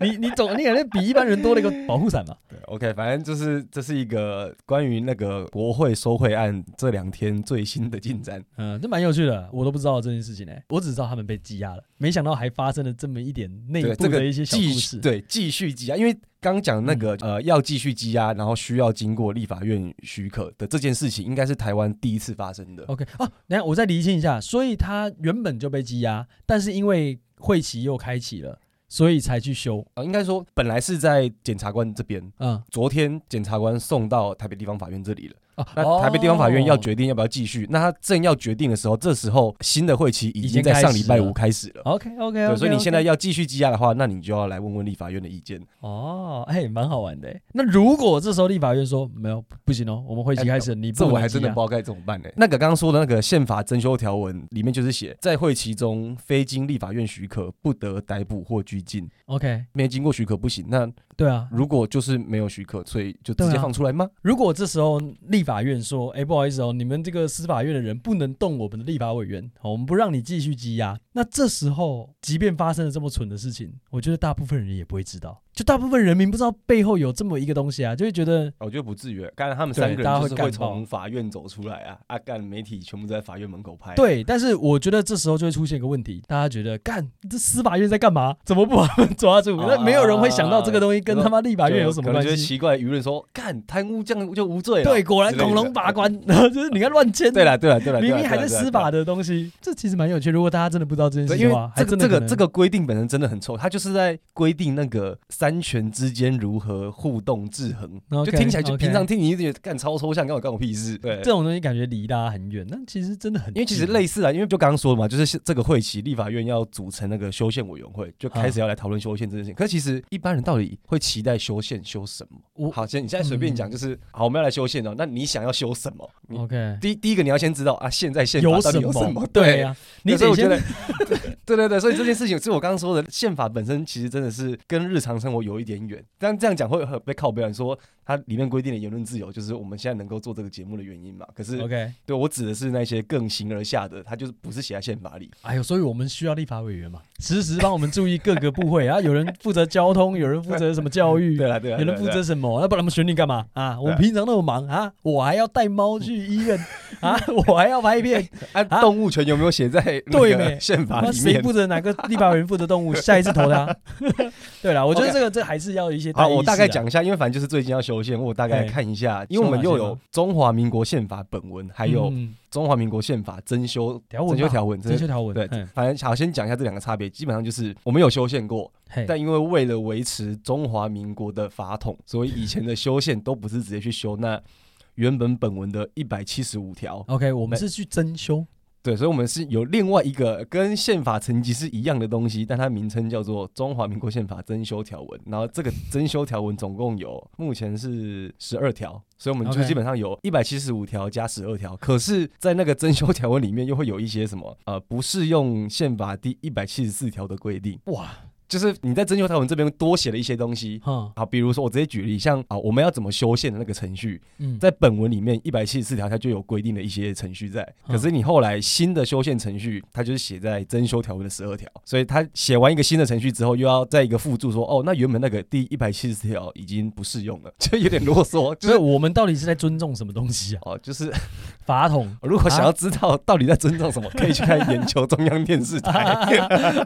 你你总你感觉比一般人多了一个保护伞嘛？对，OK，反正就是这是一个关于那个国会收贿案这两天最新的进展。嗯，这蛮有趣的，我都不知道这件事情呢、欸我只知道他们被羁押了，没想到还发生了这么一点内对，部这的个一些小继故续事。嗯对继续羁押，因为刚讲那个呃要继续羁押，然后需要经过立法院许可的这件事情，应该是台湾第一次发生的。 OK，哦、等一下我再厘清一下，所以他原本就被羁押，但是因为会期又开启了，所以才去修。呃，应该说本来是在检察官这边，嗯，昨天检察官送到台北地方法院这里了。哦，那台北地方法院要哦。决定要不要继续，那他正要决定的时候，这时候新的会期已已经经在开上始礼拜五了开始了。 OK OK，, 对，所以你现在要继续积压的话，那你就要来问问立法院的意见。哦，哎、蛮好玩的欸。那如果这时候立法院说没有不不行哦，我们会期开始，你哎这不我能还真的羁不押知道该怎么办欸呢、那个刚刚说的那个宪法增修条文里面就是写，在会期中非经立法院许可，不得逮捕或拘禁。 OK，没经过许可不行。那对啊，如果就是没有许可，所以就直接对啊放出来吗？如果这时候立法院说：“哎、不好意思哦，你们这个司法院的人不能动我们的立法委员，好我们不让你继续羁押。”那这时候，即便发生了这么蠢的事情，我觉得大部分人也不会知道，就大部分人民不知道背后有这么一个东西啊，就会觉得我觉得不至于。当然，他们对三个大人家就会是干会爆从法院走出来啊，啊，干媒体全部都在法院门口拍。啊对。但是我觉得这时候就会出现一个问题，大家觉得干这司法院在干嘛？怎么不把他们抓住？啊那没有人会想到这个东西跟可能他妈立法院有什么啊可能关觉得系？奇怪，舆论说干贪污这样就无罪了。对，果然之类的恐龙法官，然后 就是你看乱签，对了，对了，对了，啊明对明啦还在司。对啦对啦法的东西，这其实蛮有趣。如果大家真的不知道这件事对，情因的为话，还这个这真的可个能这个规定本身真的很臭，它就是在规定那个三权之间如何互动制衡，就 OK，听起来就 OK 平常听你一直觉得干超抽象，干我干我屁事。对这，种东西感觉离大家很远，但其实真的很近，因为其实类似啊，因为就刚刚说的嘛，就是这个会期立法院要组成那个修宪委员会，就开始要来讨论修宪这件事情。可是其实一般人到底会期待修宪修什么？我嗯好，现在你现在随便讲，就是、好，我们要来修宪哦。那你想要修什么？你 OK。第第一个你要先知道啊，现在宪法到底嗯什有什么？对呀、你所以得我觉先得， 对对对，所以这件事情是我刚刚说的，宪法本身其实真的是跟日常生活有一点远。但这样讲会很被靠别人说，它里面规定的言论自由就是我们现在能够做这个节目的原因嘛。可是 OK。对我指的是那些更形而下的，它就是不是写在宪法里。哎呦，所以我们需要立法委员嘛，时时帮我们注意各个部会啊，有人负责交通，有人负责什么教 育。对啦啊对啦，有人负对啦责什么？那不然我们选你干嘛啊？我们平常那么忙啊，我还要带猫去医院啊，我还要拍片，啊，啊动物权有没有写在那对个没 宪宪法那里谁面。负责哪个立法委员负责 动物，下一次投他。 对啦，我觉得 OK 这个这还是要有一些代好，议我士啊大概啦讲一下，因为反正就是最近要修宪，我大概嘿看一下，因为我们修又法有宪《中华民国宪法本文》，还有《嗯中华民国宪法增修条增文修吧条文》征真修的。条文对嗯，反正好，先讲一下这两个差别。基本上就是我们有修宪过，嘿但因为为了维持中华民国的法统，所以以前的修宪都不是直接去修那原本本文的一百七十五条。 OK，我们对是去征修对，所以我们是有另外一个跟宪法层级是一样的东西，但它名称叫做《中华民国宪法增修条文》。然后这个增修条文总共有目前是十二条，所以我们就 OK 基本上有一百七十五条加十二条。可是，在那个增修条文里面，又会有一些什么呃不适用宪法第一百七十四条的规定，哇，就是你在增修条文这边多写了一些东西。哈，好，比如说我直接举例，像啊，我们要怎么修宪的那个程序，嗯，在本文里面一百七十四条它就有规定的一些程序在，嗯可是你后来新的修宪程序，它就是写在增修条文的十二条，所以它写完一个新的程序之后，又要在一个附注说，哦，那原本那个第一百七十四条已经不适用了， 就有点啰 嗦，就所以是我们到底是在尊重什么东西啊？哦，就是哦 法统如果想要知道到底在尊重什么，可以去看研究中央电视台，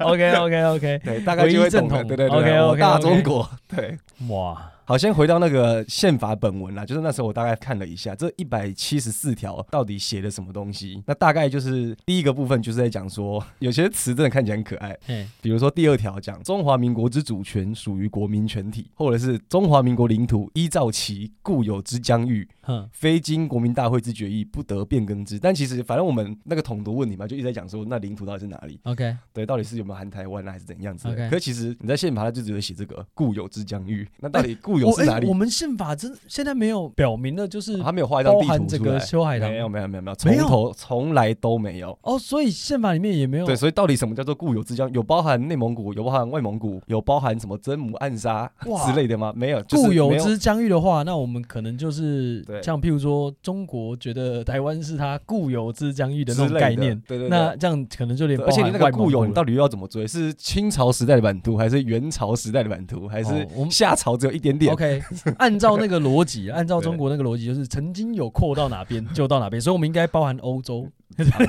，OK OK OK，对，大概就会懂啊唯一了，正统对对对对， OK，OK，OK 我大中国，对。哇，好，先回到那个宪法本文啦，就是那时候我大概看了一下，这一百七十四条到底写了什么东西？那大概就是第一个部分就是在讲说，有些词真的看起来很可爱，嘿，比如说第二条讲中华民国之主权属于国民全体，或者是中华民国领土依照其固有之疆域，哼，非经国民大会之决议不得变更之。但其实反正我们那个统独问题嘛，就一直在讲说，那领土到底是哪里？ OK，对，到底是有没有含台湾啊，还是怎样子 OK 可其实你在宪法它就只有写这个固有之疆域，那到底固有我是哪哎，里？我们宪法真现在没有表明的，就是啊他没有画一张嗯包地含图这出个来，修海没有棠没有没有没有，没从有头从来都没有。哦，所以宪法里面也没有对，所以到底什么叫做固有之疆？有包含内蒙古，有包含外蒙古，有包含什么真母暗杀哇之类的吗？没有，就是固有没有之疆域的话，那我们可能就是对像譬如说，中国觉得台湾是它固有之疆域的那之种类概的念，对对对。那这样可能就连对而且你那个固有，你到到底要怎么追？是清朝时代的版图，还是元朝时代的版图，还是哦我们夏朝只有一点啊点？ OK，按照那个逻 辑，按照中国那个逻辑，就是曾经有扩到哪边就到哪边，所以我们应该包含欧洲。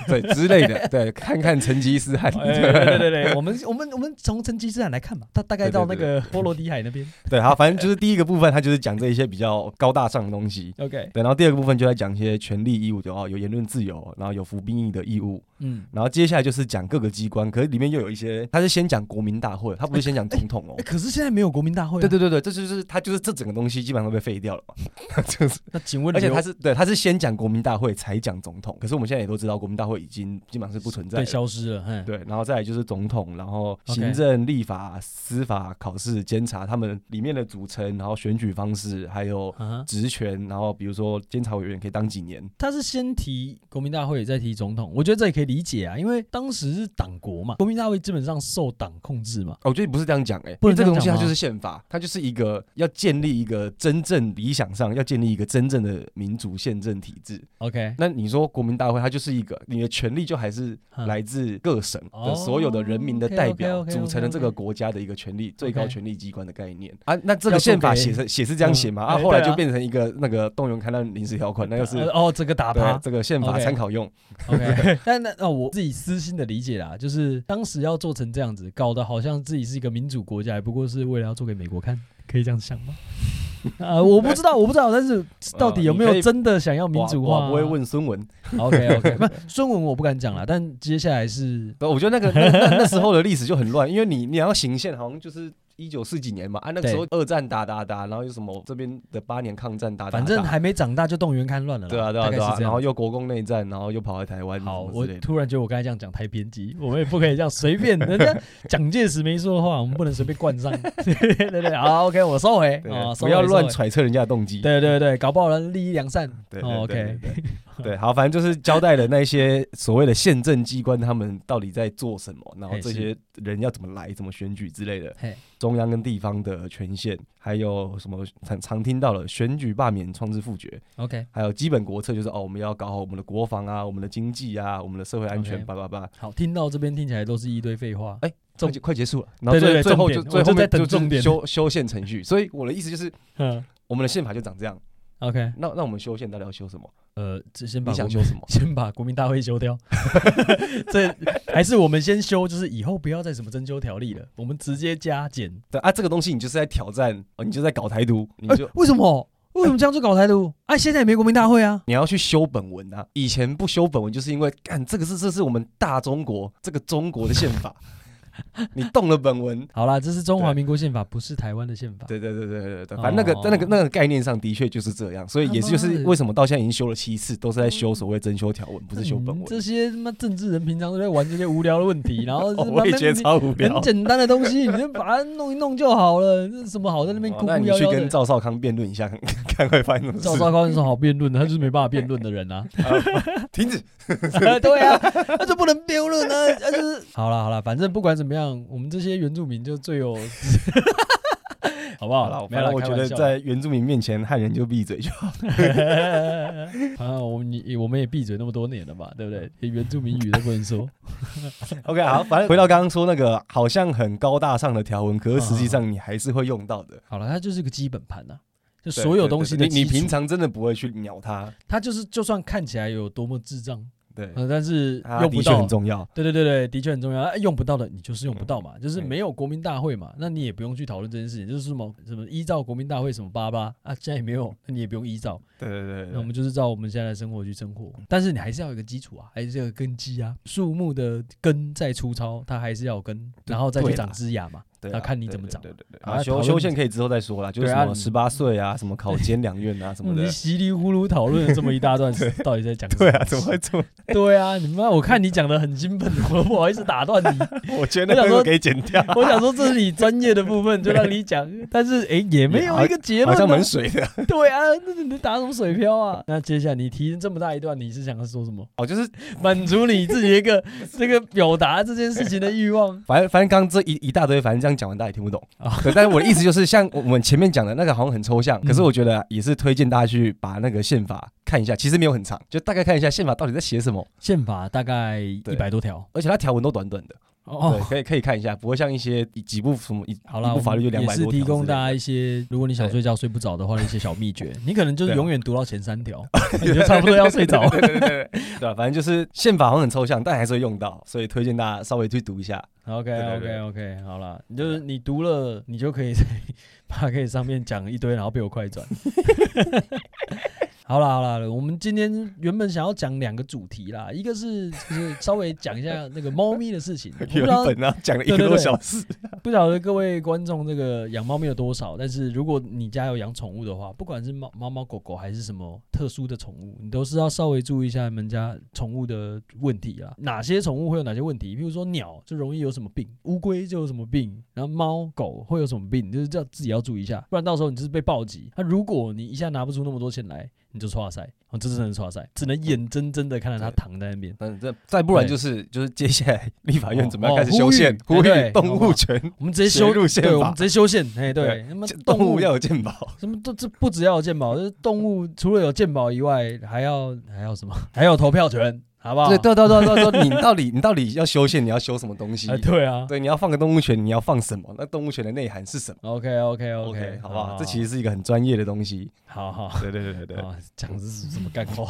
对之类 的，对，看看成吉思汗，哎 对对对对，我们我们我们从成吉思汗来看吧，他大概对对到那对个波罗的海那边。 对，好，反正就是第一个部分，它就是讲这一些比较高大上的东西。 OK，对，然后第二个部分就在讲一些权利义务，就哦有言论自由，然后有服兵役的义务，嗯，然后接下来就是讲各个机关，可是里面又有一些，他是先讲国民大会，他不是先讲总统哦 哎，。可是现在没有国民大会啊。对对对对，这就是他就是这整个东西基本上都被废掉了 嘛，就是那请问而刘，且他是对他是先讲国民大会才讲总统，可是我们现在也都知道国民大会已经基本上是不存在被了。消失了？嘿，对，然后再来就是总统，然后 OK 行政、立法、司法、考试、监察，他们里面的组成，然后选举方式，还有啊，职权，然后比如说监察委员可以当几年，他是先提国民大会，再提总统，我觉得这也可以理解啊，因为当时是党国嘛，国民大会基本上受党控制嘛。哦我觉得你不是这样讲哎、欸，不能因为这这个样东西讲它吗就是宪法，它就是一个要建立一个真正理想上要建立一个真正的民主宪政体制。 OK，那你说国民大会，它就是一个你的权利就还是嗯来自各省哦的所有的人民的代表 OK，OK，OK，OK，OK 组成的这个国家的一个权利最高权力机关的概念啊。那这要个做宪法给写是写是这样写嘛？嗯啊，哎后来对啊就变成一个那个动员开难临时条款，那又是呃哦，这个打趴对，啊这个宪法 OK 参考用。 OK，但 那哦，我自己私心的理解啦，就是当时要做成这样子，搞得好像自己是一个民主国家，不过是为了要做给美国看，可以这样想 吗？啊、我不知道，我不知道，但是到底有没呃你有可以真的想要民主化、我不会。问孙文，OK OK，不，孙文我不敢讲啦，但接下来是对，我觉得那个那那那时候的历史就很乱，因为你你要行宪，好像就是一九四几年嘛，啊，那个对时候二战打打打，然后又什么这边的八年抗战打打打，反正还没长大就动员戡乱了啦，对啊对大啊概对啊是，这然后样。又国共内战，然后又跑来台湾，好，什么我之类的。突然觉得我刚才这样讲太偏激， 我们也不可以这样 随便。人家蒋介石没说的话，我们不能随便冠上。 对对对，好，OK，我收回对啊，不收回要收乱嗯回揣测人家的动机。对对对，搞不好人利益良善。对哦对对 OK 对对对，好，反正就是交代了那些所谓的宪政机关他们到底在做什么，然后嘿这是些人要怎么来、怎么选举之类的嘿，中央跟地方的权限，还有什么常常听到的选举、罢免、创制、复决， OK，还有基本国策，就是哦，我们要搞好我们的国防啊，我们的经济啊，我们的社会安全， OK 叭叭叭。好，听到这边听起来都是一堆废话。哎，重快结快结束了，然后对最对对最后就重点最我后就在面等就重是点修修宪程序。所以我的意思就是，嗯我们的宪法就长这样。 ，OK，那那我们修宪到底要修什么？呃，这先把你想国修什么？ 先把国民大会修掉， 这还是我们先修，就是以后不要再什么征修条例了，我们直接加减。对啊，这个东西你就是在挑战，哦你就在搞台 独，你就、哎为什么？为什么这样就搞台独？哎、现在也没国民大会啊。你要去修本文啊。以前不修本文，就是因为干这个是这是我们大中国这个中国的宪 法，你动了本文。好啦，这是中华民国宪法，不是台湾的宪法。对对对对对对，反正那个、哦在那个那个概念上的确就是这样，所以也是就他妈是的为什么到现在已经修了七次，都是在修所谓征修条文，不不是修本文。嗯这些他妈政治人平常都在玩这些无聊的问题，然后 哦是我也觉得慢慢超无聊很。简单的东西，你就把它弄一弄就好了，这是什么好在那边哦哭哭那你夭去夭跟的。赵少康辩论一下，看 看会发生什么事。赵少康有什么好辩论的？他就是没办法辩论的人啊。停止，对啊，他就不能辩论啊，他就是好了好了，反正不管怎么样，我们这些原住民就最有，好不好好？了，没反有啦正我觉得。开玩笑在原住民面前，汉人就闭嘴就好。啊，我们你我们也闭嘴那么多年了嘛，对不对？连原住民语都不能说， OK，好，反正回到刚刚说那个好像很高大上的条文，可是实际上你还是会用到的。好了，它就是个基本盘呐、就对 所有东西的对对你你基础平常真的不会去鸟它，它就是就算看起来有多么智障，对，呃，但是它用的不确到很，重要。对对对对，的确很重要。啊用不到的，你就是用不到嘛，就是嗯没有国民大会嘛，那你也不用去讨论这件事情，就是什么什么依照国民大会什么巴拉巴拉啊，现在也没有，那你也不用依照，对对对那我对，们就是照我们现在的生活去生活，但是你还是要有一个基础啊，还是要有根基啊，树木的根再粗糙，它还是要有根，然后再去对长啦枝芽嘛。对那啊，看你对怎么对长对对对，啊啊，讨修论修宪可以之后再说啦，就是对什啊么你十八岁啊，什么考监两院 啊什么嗯的你。稀里糊涂讨论了这么一大段，到底在讲什 对啊，么怎么会 这么？对啊，你妈，我看你讲的很兴奋，我都不好意思打断你。 我觉得我想那说个可以剪掉，我想说这是你专业的部分，就让你讲，但是诶，也没有一个结好论、像蛮啊。水的。 对啊，那你你打什么水漂啊？那接下来你提这么大一段，你是想要说什么？哦，就是满足你自己一个这个表达这件事情的欲望 反正反正刚刚这一一大堆，反正这样讲完大家也听不懂啊啊。对，但是我的意思就是，像我们前面讲的那个好像很抽象，嗯可是我觉得也是推荐大家去把那个宪法看一下，其实没有很长，就大概看一下宪法到底在写什么，宪法大概一对百多条而且它条文都短短的，对，哦。可以可以看一下，不会像一些一几部什么一好了，一部法律就我们两也百是多条之类的，提供大家一些，如果你想睡觉睡不着的话，一些小秘诀。你可能就是对啊永远读到前三 条，你就差不多要睡着。对对对对对 对，对啊反正就是宪法好像很抽象，但还是会用到，所以推荐大家稍微去读一 下。 OK 对 OK 对 OK，好了，你就是你读了，你就可以在 p 可以上面讲一堆，然后被我 快转。好了好了，我们今天原本想要讲两个主题啦，一个是就是稍微讲一下那个猫咪的事情，我不知原 道本啊讲了一个对对多对小时，不晓得各位观众这个养猫咪有多少，但是如果你家有养宠物的话，不管是猫猫猫狗狗还是什么特殊的宠物，你都是要稍微注意一下你们家宠物的问题啦。哪些宠物会有哪些问题？比如说鸟就容易有什么病，乌龟就有什么病，然后猫狗会有什么病，就是这样自己要注意一下，不然到时候你就是被暴击。那、如果你一下拿不出那么多钱来，你就刷塞，哦，这真的是刷塞，只能眼睁睁的看着它对躺在那边。嗯，这再不然对就是就是接下来立法院哦怎么样开始哦修呼吁宪，哎呼对吁好动不好物权。我们直接写修，入宪对，我法们直接修宪，哎，对对，那么 动物物要有健保，什么都这不只要有健保，就是动物除了有健保以外，还要还要什 么？还有投票权，好不好？对对对对对对，你到 底你到底要修宪，你要修什么东西哎、？对啊。对，你要放个动物权，你要放什么？那动物权的内涵是什么 OK OK ？OK， OK，好不好？这其实是一个很专业的东西。好好。对对对对啊，讲的是什么干 话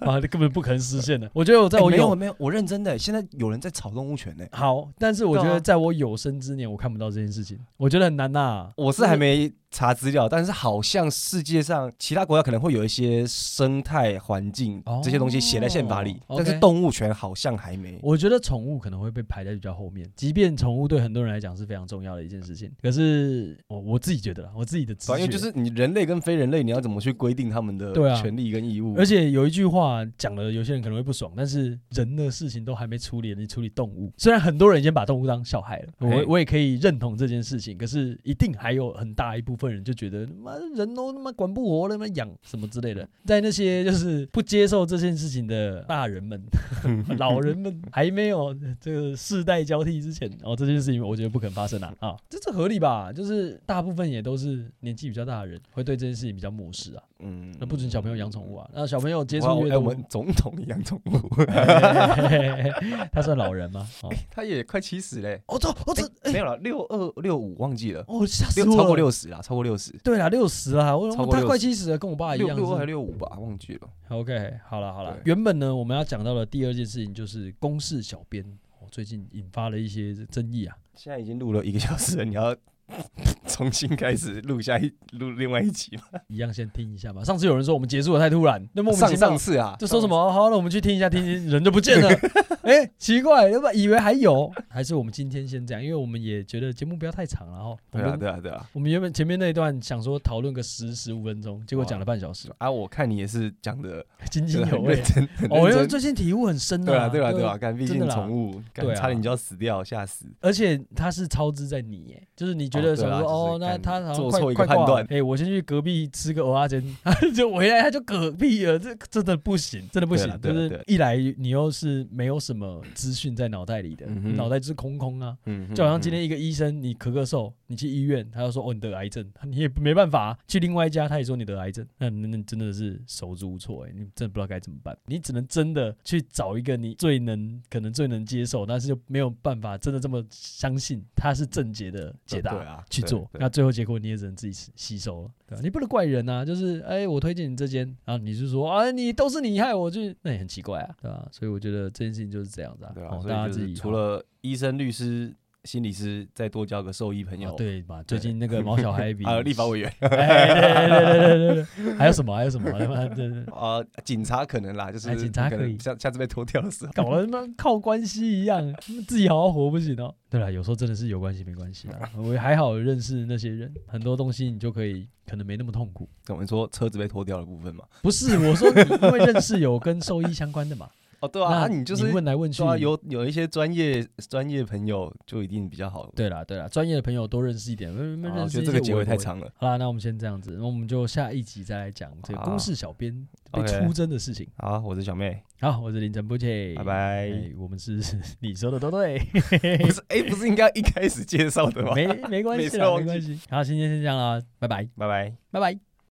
啊？根本不可能实现的。我觉得我在我哎没有有、没有，我认真的，现在有人在炒动物权呢。好，但是我觉对啊得在我有生之年，我看不到这件事情，我觉得很难呐、我是还嗯没查资料，但是好像世界上其他国家可能会有一些生态环境哦这些东西写在宪法里， OK 但是动物权好像还没。我觉得宠物可能会被排在比较后面，即便宠物对很多人来讲是非常重要的一件事情，可是我我自己觉得啦，我自己的直对啊觉因为就是你人类跟非人类，你要怎么去规定他们的对啊权利跟义务？而且有一句话讲了，有些人可能会不爽，但是人的事情都还没处理，你处理动物，虽然很多人已经把动物当小孩了，我嘿我也可以认同这件事情，可是一定还有很大一部分人就觉得，妈人都他妈管不活了，他妈养什么之类的，在那些就是不接受这件事情的大人们、老人们还没有这个世代交替之前，哦，这件事情我觉得不可能发生啊啊，这这合理吧？就是大部分也都是年纪比较大的人会对这件事情比较漠视啊。嗯那不准小朋友养宠物啊！那小朋友接接触越哎我多，们总统养宠 物，他算老人吗？哎哦，他也快七十嘞。哎我操，我这，没有了，六二六五忘记了，哦我吓死六我了！超过六十啦，超过六十，对啦，六十啦，我超过他60快七十了，跟我啊爸一六样。六是二还六五吧，忘记了。 OK，好了好了对，原本呢我们要讲到的第二件事情就是公事小编，哦，最近引发了一些争议啊。现在已经录了一个小时了，你要 重新开始录下一录另外一集吗？一样先听一下吧。上次有人说我们结束的太突然，那么我们上上次啊，就说什么？哦好，那我们去听一下，听听人就不见了。哎、奇怪，原本以为还有，还是我们今天先这样，因为我们也觉得节目不要太长了哦。我对们、啊，对啊，对啊。我们原本前面那一段想说讨论个十十五分钟，结果讲了半小 时，啊，我看你也是讲的津津真的有很味认。真，很哦，因为认真。最近体悟很深对啊，啊，对啊，对啊，干，毕真的竟啦宠物，干对，啊差点就要死掉，吓死。而且他是超支在你，耶，就是你觉得哦什对么啊说就是哦，那干他好像做快错一个快挂判断了哎，我先去隔壁吃个蚵仔煎，他 就回来他就嗝屁了，这真的不行，真的不对啦啊行，对就啦是对啦一来你又是没有什么资讯在脑袋里的，嗯你哼脑袋就是空空啊。嗯，就好像今嗯天一个医生，你咳咳嗽，你去医院，他就说哦你得癌症， 你也没办法啊、去另外一家，他也说你得癌症，那那那真的是手足无措哎、你真的不知道该怎么办，你只能真的去找一个你最能可能最能接受，但是又没有办法真的这么相信他是正解的解答。对对啊去对做，对那最后结果你也只能自己吸吸收了，对吧、你不能怪人啊，就是哎、我推荐你这间，然后你就说啊，你都是你害我，就是那也很奇怪啊，对吧、所以我觉得这件事情就是这样子啊，对啊，哦，所大以家就自是己除了医生、律师、心理师，再多交个兽医朋哦友，，对嘛，最近那个毛小孩比 还有立法委员，哎，对对对对对对对，还有什么还有什么，他妈对对，对啊，警察可能啦，就是哎警察可可以能下下次被脱掉的时候，搞得他妈靠关系一样，自己好好活不行哦。对了，有时候真的是有关系没关系啊，我还好认识那些人，很多东西你就可以可能没那么痛苦。我们说车子被脱掉的部分嘛，不是我说，你因为认识有跟兽医相关的嘛，哦，对啊，那啊你就是问来问去对，啊，有有一些专业专业朋友就一定比较好。对啦对啦，专业的朋友多认识一点，认啊我认觉识得一些这个结我尾也太不会。长了。好啦，那我们先这样子，那我们就下一集再来讲这个好公事小编被 OK 出征的事情。好，我是小妹，好，我是凌晨不切，拜拜。哎，我们是 你说的都对，不是，哎，不是应该一开始介绍的吗？没没 关每系次啦，都没忘关记啊系。好，今天先这样啦，拜拜，拜拜。拜拜。